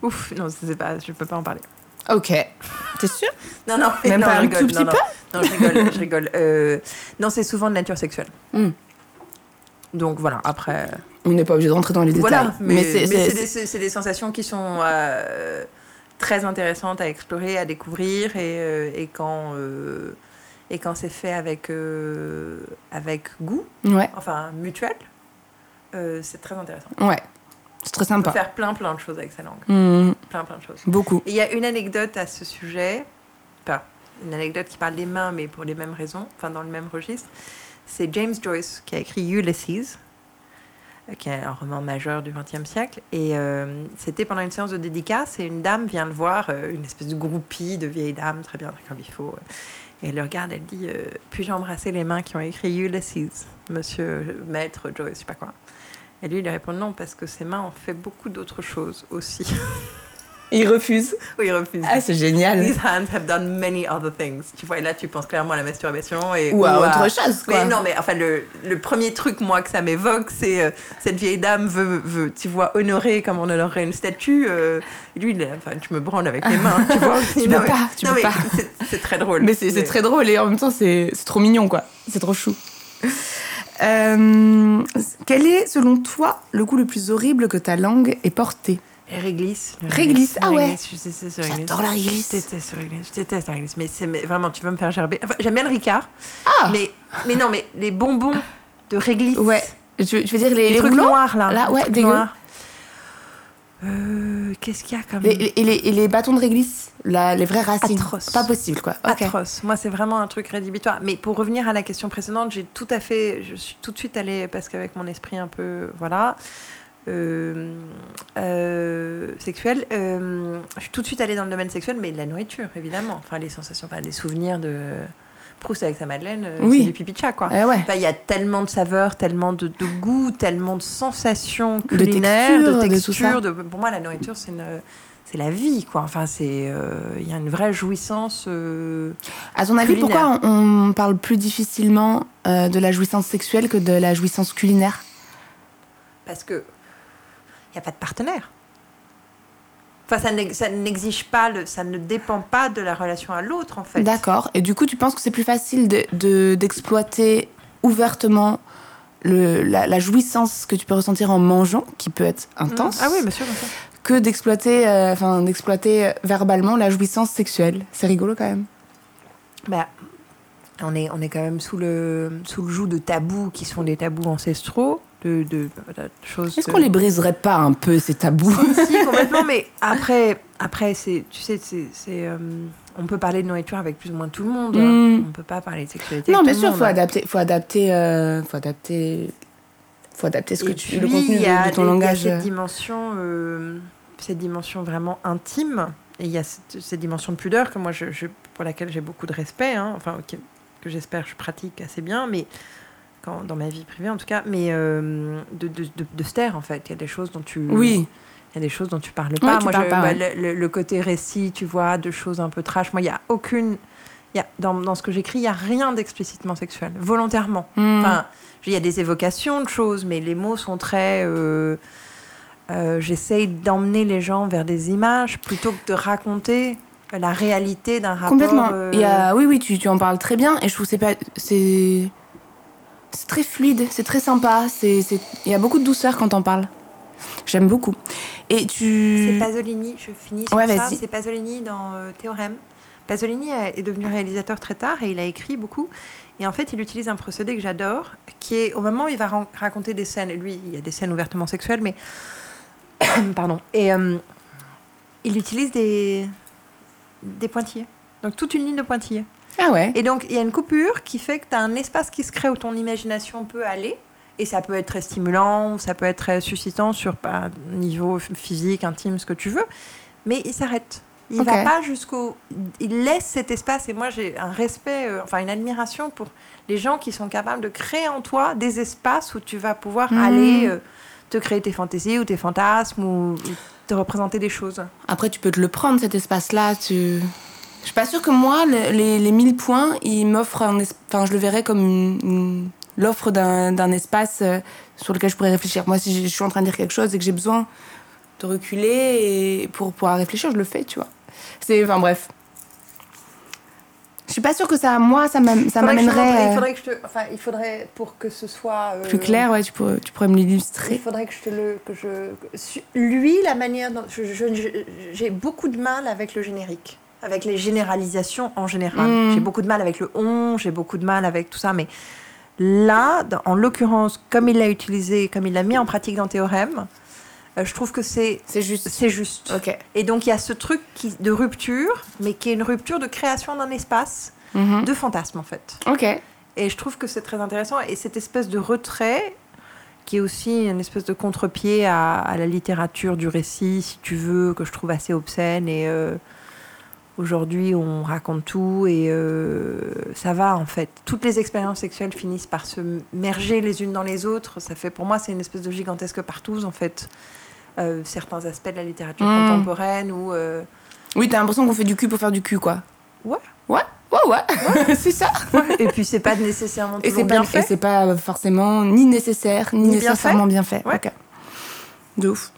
C: Ouf, non, c'est pas, je peux pas en parler.
B: Ok. T'es sûr
C: Non, non,
B: Même
C: non,
B: pas
C: je
B: un
C: rigole,
B: tout petit
C: non, non. Non, je rigole, je rigole. Euh, non, c'est souvent de nature sexuelle.
B: Hmm.
C: Donc voilà, après. euh,
B: On n'est pas obligé de rentrer dans les détails.
C: Voilà, mais, mais
B: c'est-
C: c'est
B: c'est-
C: des, c'est- c'est des sensations qui sont euh, très intéressantes à explorer, à découvrir, et, euh, et quand, euh, et quand c'est fait avec, euh, avec goût,
B: Ouais,
C: enfin mutuel, euh, c'est très intéressant.
B: ouais. C'est très
C: On peut
B: sympa.
C: faire plein plein de choses avec sa langue,
B: Hmm,
C: plein plein de choses.
B: beaucoup.
C: Et Il y a une anecdote à ce sujet, enfin, une anecdote qui parle des mains, mais pour les mêmes raisons, enfin dans le même registre. C'est James Joyce qui a écrit Ulysses, euh, qui est un roman majeur du XXe siècle. Et euh, c'était pendant une séance de dédicace, et une dame vient le voir, euh, une espèce de groupie de vieilles dames, très bien, très comme il faut. Et elle le regarde, elle dit euh, Puis-je embrasser les mains qui ont écrit Ulysses, monsieur euh, maître Joyce, je sais pas quoi. Et lui, il lui répond Non, parce que ses mains ont fait beaucoup d'autres choses aussi.
B: Il refuse.
C: oui, il refuse.
B: Ah, c'est génial.
C: These hands have done many other things. Tu vois, et là, tu penses clairement à la masturbation et
B: Ou à autre chose, quoi.
C: Mais non, mais enfin, le, le premier truc, moi, que ça m'évoque, c'est euh, cette vieille dame veut, veut, tu vois, honorer comme on honorerait une statue. euh, lui, il est, enfin, tu me branles avec les mains, tu vois.
B: Tu
C: Non,
B: peux
C: mais-
B: pas, tu
C: non,
B: peux
C: mais
B: pas.
C: c'est- C'est très drôle.
B: Mais c'est c'est très drôle et en même temps, c'est c'est trop mignon, quoi. C'est trop chou. Euh, quel est, selon toi, le goût le plus horrible que ta langue ait porté
C: Et réglisse. le
B: Réglisse, ah
C: le
B: ouais.
C: réglisse, Je déteste le réglisse.
B: J'adore la réglisse.
C: Je déteste le réglisse. Je déteste le réglisse. Mais, c'est- mais vraiment, tu vas me faire gerber. Enfin, j'aime bien le Ricard.
B: Ah
C: Mais, mais non, mais les bonbons de réglisse.
B: Ouais, je, je veux dire les,
C: Les,
B: les
C: trucs
B: roulants
C: noirs, là.
B: Là,
C: les
B: ouais,
C: trucs
B: dégueu.
C: noirs. Euh, Qu'est-ce qu'il y a comme.
B: les- les- et les, et les bâtons de réglisse, la- les vraies racines.
C: Atroce.
B: Pas possible quoi. Ok.
C: Atroce. Moi, c'est vraiment un truc rédhibitoire. Mais pour revenir à la question précédente, j'ai tout à fait. Je suis tout de suite allée, parce qu'avec mon esprit un peu. Voilà. euh, euh, sexuel. euh, je suis tout de suite allée dans le domaine sexuel, mais de la nourriture, évidemment. Enfin, les sensations, enfin, les souvenirs de Proust avec sa Madeleine, euh,
B: Oui.
C: c'est du pipi de chat, quoi.
B: Eh ouais.
C: Enfin, Bah, Il y a tellement de saveurs, tellement de, de goûts, tellement de sensations
B: De
C: culinaires,
B: textures, de tout ça.
C: textures. de- pour moi, la nourriture, c'est une- c'est la vie, quoi. Enfin, c'est euh, il y a une vraie jouissance. euh,
B: À ton avis,
C: Culinaire.
B: pourquoi on on parle plus difficilement euh, de la jouissance sexuelle que de la jouissance culinaire
C: parce que il n'y a pas de partenaire. Enfin, ça n'ex- ça n'exige pas, le- ça ne dépend pas de la relation à l'autre, en fait.
B: D'accord. Et du coup, tu penses que c'est plus facile de- de- d'exploiter ouvertement le, la, la jouissance que tu peux ressentir en mangeant, qui peut être intense,
C: Ah oui, bien sûr, bien sûr.
B: que d'exploiter, euh, enfin d'exploiter verbalement la jouissance sexuelle. C'est rigolo quand même.
C: Bah, on est, on est quand même sous le, sous le joug de tabous qui sont des tabous ancestraux, de, de, de, choses.
A: Est-ce
C: de-
A: qu'on les briserait pas un peu, ces tabous
C: Si, complètement, mais après, après c'est, tu sais, c'est, c'est, euh, on peut parler de nourriture avec plus ou moins tout le monde. hein.
B: Mm.
C: On peut pas parler de sexualité.
B: Non,
C: avec
B: bien
C: tout
B: sûr,
C: le
B: faut
C: monde. hein.
B: adapter, faut adapter, euh, faut adapter, faut adapter ce que
C: Et
B: tu, le
C: puis,
B: contenu
C: il
B: de,
C: y a-
B: de ton
C: il y a
B: langage.
C: cette dimension, euh, cette dimension vraiment intime. Et il y a cette, cette dimension de pudeur que moi, je, je- pour laquelle j'ai beaucoup de respect. hein, enfin, que, que j'espère je pratique assez bien, mais quand, dans ma vie privée en tout cas. Mais euh, de, de, de- de se taire en fait. Il y a des choses dont tu.
B: Oui,
C: Il y a des choses dont tu parles pas.
B: tu
C: moi,
B: parles
C: je-
B: pas,
C: bah,
B: ouais.
C: le, le- le côté récit, tu vois, de choses un peu trash. Moi, il n'y a aucune. il Y a, dans, dans ce que j'écris, il n'y a rien d'explicitement sexuel, volontairement.
B: Hmm.
C: Enfin, il y a des évocations de choses, mais les mots sont très. euh, euh, J'essaye d'emmener les gens vers des images plutôt que de raconter la réalité d'un rapport.
B: complètement.
C: euh,
B: Il y a- oui, oui, tu, tu en parles très bien, et je trouve que c'est pas, c'est, c'est très fluide, c'est très sympa, c'est, c'est- il y a beaucoup de douceur quand t'en parles. J'aime beaucoup. Et tu,
C: C'est Pasolini, je finis sur
B: Mm. Ouais,
C: ça.
B: vas-y.
C: C'est Pasolini dans euh, Théorème. Pasolini euh, est devenu réalisateur très tard et il a écrit beaucoup. Et en fait, il utilise un procédé que j'adore, qui est au moment où il va ran- raconter des scènes. et Lui, il y a des scènes ouvertement sexuelles, mais. Pardon. Et euh, il utilise des. des pointillés. Donc toute une ligne de pointillés.
B: ah ouais.
C: Et donc, il y a une coupure qui fait que tu as un espace qui se crée où ton imagination peut aller. Et ça peut être très stimulant, ça peut être très suscitant sur bah, niveau f- physique, intime, ce que tu veux. Mais il s'arrête. Il
B: Ok.
C: va pas jusqu'au. Il laisse cet espace. Et moi, j'ai un respect, euh, enfin une admiration pour les gens qui sont capables de créer en toi des espaces où tu vas pouvoir
B: Mhm.
C: aller euh, te créer tes fantaisies ou tes fantasmes ou ou te représenter des choses.
B: Après, tu peux te le prendre, cet espace-là. Tu... Je suis pas sûre que moi, le- les, les 1000 points, ils m'offrent un es- Enfin, je le verrais comme une- une- l'offre d'un d'un espace euh, sur lequel je pourrais réfléchir. Moi, si je suis en train de dire quelque chose et que j'ai besoin de reculer et pour pouvoir réfléchir, je le fais, tu vois. C'est... Enfin, bref. Je suis pas sûre que ça, moi, ça m'am- ça
C: Faudrait que je te montre-
B: m'amènerait
C: Il
B: euh,
C: faudrait que je te. Enfin, il faudrait pour que ce soit. euh,
B: plus clair. Ouais, tu pourrais, tu pourrais me
C: Il
B: l'illustrer.
C: faudrait que je te le. Que je, que- su- lui, la manière dont. je- je- je- J'ai beaucoup de mal avec le générique, avec les généralisations en général.
B: Mm.
C: J'ai beaucoup de mal avec le on, j'ai beaucoup de mal avec tout ça, mais là, dans- en l'occurrence, comme il l'a utilisé, comme il l'a mis en pratique dans Théorème, euh, je trouve que c'est.
B: C'est juste...
C: C'est juste.
B: Ok.
C: Et donc il y a ce truc qui, de rupture, mais qui est une rupture de création d'un espace,
B: Mhm.
C: de fantasme en fait.
B: Ok.
C: Et je trouve que c'est très intéressant. Et cette espèce de retrait, qui est aussi une espèce de contre-pied à, à la littérature du récit, si tu veux, que je trouve assez obscène. Et euh, aujourd'hui, on raconte tout et euh, ça va, en fait. Toutes les expériences sexuelles finissent par se merger les unes dans les autres. Ça fait, pour moi, c'est une espèce de gigantesque partouze, en fait. Euh, certains aspects de la littérature
B: Mm.
C: contemporaine ou... euh,
B: Oui, t'as l'impression qu'on fait du cul pour faire du cul, quoi.
C: Ouais.
B: Ouais, ouais, ouais. c'est ça.
C: et puis, c'est pas nécessairement
B: Et
C: toujours
B: c'est
C: bien
B: pas,
C: fait.
B: et c'est pas forcément ni nécessaire, ni,
C: Ni bien
B: nécessairement bien fait.
C: Ouais.
B: Ok. De ouf.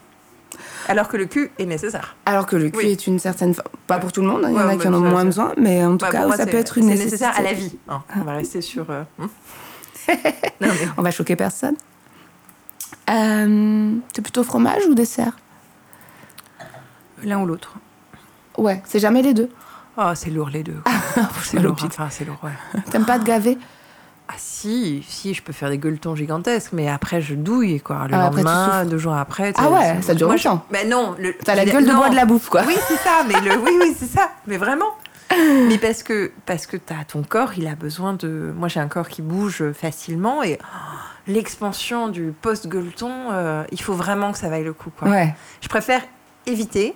C: Alors que le cul est nécessaire.
B: Alors que le cul
C: Oui.
B: est une certaine forme. Pas pour tout le monde, hein, il y en
C: Ouais,
B: a qui en ont
C: bah, ça,
B: moins
C: ça-
B: besoin, mais en tout
C: Bah, pour
B: cas,
C: moi,
B: ça
C: c'est-
B: peut être une
C: c'est
B: nécessité. Ah.
C: nécessaire à la vie. hein. On va rester sur. euh, hein. Non, mais-
B: On va choquer personne. Euh, T'es plutôt fromage ou dessert
C: l'un ou l'autre.
B: Ouais, c'est jamais les deux.
C: Oh, c'est lourd les
B: Ah,
C: deux. c'est lourd.
B: Malopite.
C: Enfin, c'est lourd, ouais.
B: T'aimes pas te gaver
C: Ah si, si, je peux faire des gueuletons gigantesques, mais après je douille quoi. Le
B: Ah, après, tu
C: lendemain, deux jours après.
B: Ah
C: t'es-
B: ouais,
C: c'est-
B: ça dure
C: Moi, je-
B: longtemps.
C: Mais non, le-
B: T'as la
C: je-
B: gueule de
C: non.
B: bois de la bouffe, quoi.
C: Oui, c'est ça. Mais le oui, oui, c'est ça. Mais vraiment. Mais parce que parce que t'as ton corps, il a besoin de. Moi, j'ai un corps qui bouge facilement et oh, l'expansion du post gueuleton, euh, il faut vraiment que ça vaille le coup quoi.
B: Ouais.
C: Je préfère éviter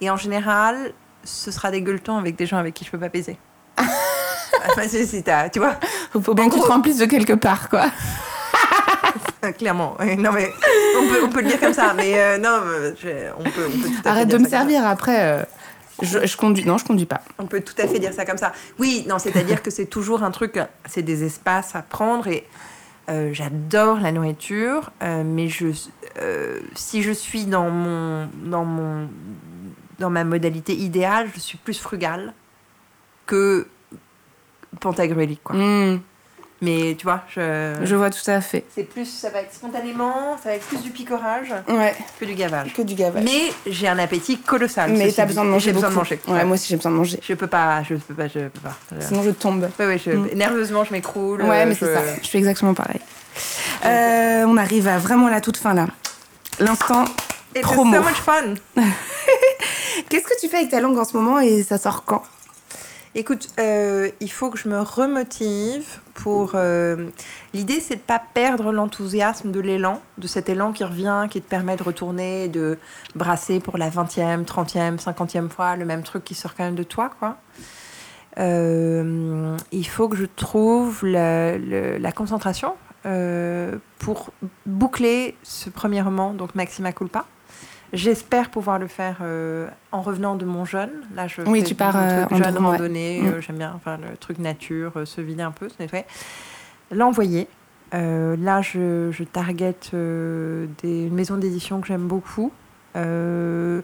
C: et en général, ce sera des gueuletons avec des gens avec qui je peux pas baiser. Enfin, si, si, t'as- tu vois.
B: Faut faut bien que tu te remplisses de quelque part, quoi.
C: Ah, Clairement, oui. non mais on peut, on peut le dire comme ça, mais euh, non, euh, je- on peut. on peut tout à fait
B: Arrête de
C: dire
B: me
C: ça comme
B: servir après. euh, je, je conduis. Non, je conduis pas.
C: ça. On peut tout à fait dire ça comme ça. Oui, non, c'est-à-dire que c'est toujours un truc, c'est des espaces à prendre et euh, j'adore la nourriture, euh, mais je, euh, si je suis dans mon, dans mon, dans ma modalité idéale, je suis plus frugale que pantagruélique, quoi.
B: Hmm,
C: Mais tu vois, je,
B: Je vois tout à fait.
C: c'est plus, ça va être spontanément, ça va être plus du picorage
B: Ouais,
C: que du gavage.
B: que du gavage.
C: Mais j'ai un appétit colossal.
B: Mais
C: ceci
B: t'as
C: dit.
B: besoin de manger.
C: J'ai besoin de
B: beaucoup.
C: manger.
B: Ouais, moi aussi j'ai besoin de manger.
C: Je peux pas, je peux pas, je peux pas. Je-
B: Sinon je tombe.
C: Ouais, ouais, je-
B: Mm.
C: Nerveusement, je m'écroule. euh,
B: Ouais, mais
C: je-
B: c'est ça. Je suis exactement pareil. Euh, on arrive à vraiment la toute fin là. L'instant
C: It's
B: promo.
C: so much fun.
B: Qu'est-ce que tu fais avec ta langue en ce moment et ça sort quand
C: Écoute, euh, il faut que je me remotive pour. euh, L'idée, c'est de pas perdre l'enthousiasme de l'élan, de cet élan qui revient, qui te permet de retourner, de brasser pour la 20e, 30e, 50e fois le même truc qui sort quand même de toi, quoi. Euh, il faut que je trouve la, le- la concentration euh, pour boucler ce premier roman, donc Maxima Culpa. J'espère pouvoir le faire euh, en revenant de mon jeûne. Là, je
B: Oui,
C: fais
B: tu pars,
C: mon
B: euh,
C: truc
B: en
C: jeûne,
B: jeûne, ouais.
C: randonnée,
B: Mm.
C: euh, j'aime bien enfin, le truc nature, euh, se vider un peu, se nettoyer. L'envoyer. Euh, là, je, je target euh, des, une maison d'édition que j'aime beaucoup. Euh,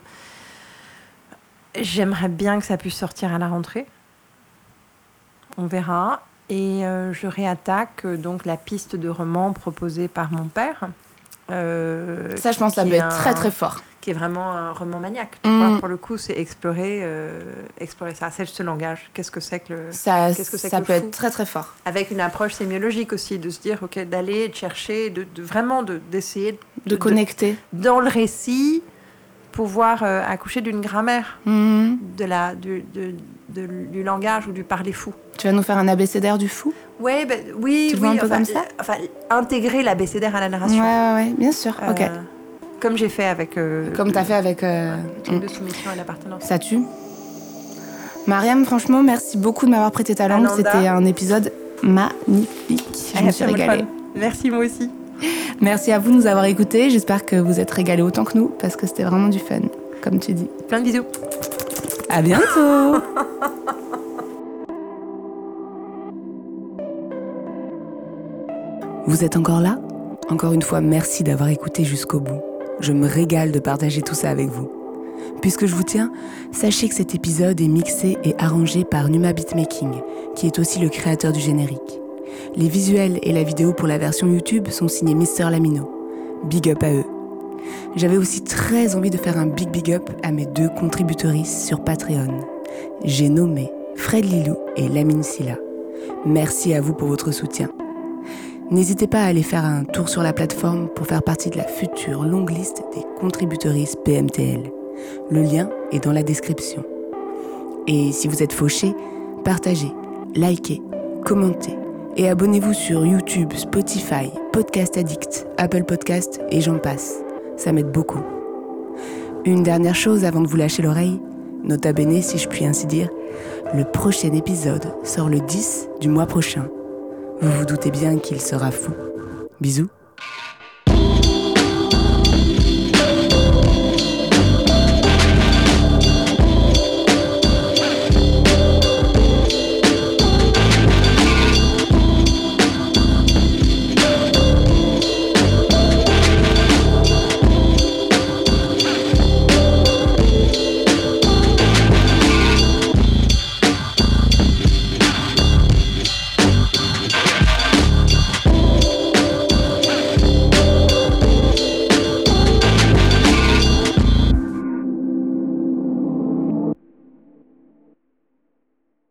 C: J'aimerais bien que ça puisse sortir à la rentrée. On verra. Et euh, je réattaque euh, donc la piste de roman proposée par mon père. euh,
B: Ça, je pense, ça
C: qui
B: peut
C: est
B: être très
C: un-
B: très fort.
C: qui est vraiment un roman maniaque.
B: Mm.
C: Voilà, pour le coup, c'est explorer, euh, explorer ça. C'est ce langage. Qu'est-ce que c'est que le...
B: Ça,
C: Qu'est-ce que c'est
B: ça
C: que
B: peut
C: le fou
B: être très très fort.
C: Avec une approche sémiologique aussi, de se dire, ok, d'aller de chercher, de, de vraiment de- d'essayer,
B: De connecter.
C: dans le récit, pouvoir euh, accoucher d'une grammaire,
B: Mhm.
C: de la, du, de- de- du langage ou du parler fou.
B: Tu vas nous faire un abécédaire du fou
C: Ouais, ben, oui,
B: Tu le
C: oui,
B: vois un peu
C: enfin,
B: comme ça
C: euh, enfin, intégrer l'abécédaire à la
B: Ouais,
C: narration.
B: ouais, ouais, bien sûr.
C: Euh,
B: ok.
C: Comme j'ai fait avec. euh,
B: Comme
C: le-
B: t'as fait avec. euh,
C: le truc de soumission à l'appartenance.
B: Ça tue. Mariam, franchement, merci beaucoup de m'avoir prêté ta langue.
C: Ananda.
B: C'était un épisode magnifique. Je me suis
C: Absolument
B: régalée.
C: fun. Merci, moi aussi.
B: Merci à vous de nous avoir écoutés. J'espère que vous êtes régalés autant que nous parce que c'était vraiment du fun, comme tu dis.
C: Plein de bisous.
B: À bientôt
A: Vous êtes encore là Encore une fois, merci d'avoir écouté jusqu'au bout. Je me régale de partager tout ça avec vous. Puisque je vous tiens, sachez que cet épisode est mixé et arrangé par Numa Beatmaking, qui est aussi le créateur du générique. Les visuels et la vidéo pour la version YouTube sont signés Mister Lamino. Big up à eux. J'avais aussi très envie de faire un big big up à mes deux contributrices sur Patreon. J'ai nommé Fred Lilou et Lamine Silla. Merci à vous pour votre soutien. N'hésitez pas à aller faire un tour sur la plateforme pour faire partie de la future longue liste des contributrices PMTL. Le lien est dans la description. Et si vous êtes fauché, partagez, likez, commentez et abonnez-vous sur YouTube, Spotify, Podcast Addict, Apple Podcast et j'en passe. Ça m'aide beaucoup. Une dernière chose avant de vous lâcher l'oreille, nota bene si je puis ainsi dire, le prochain épisode sort le 10 du mois prochain. Vous vous doutez bien qu'il sera fou. Bisous.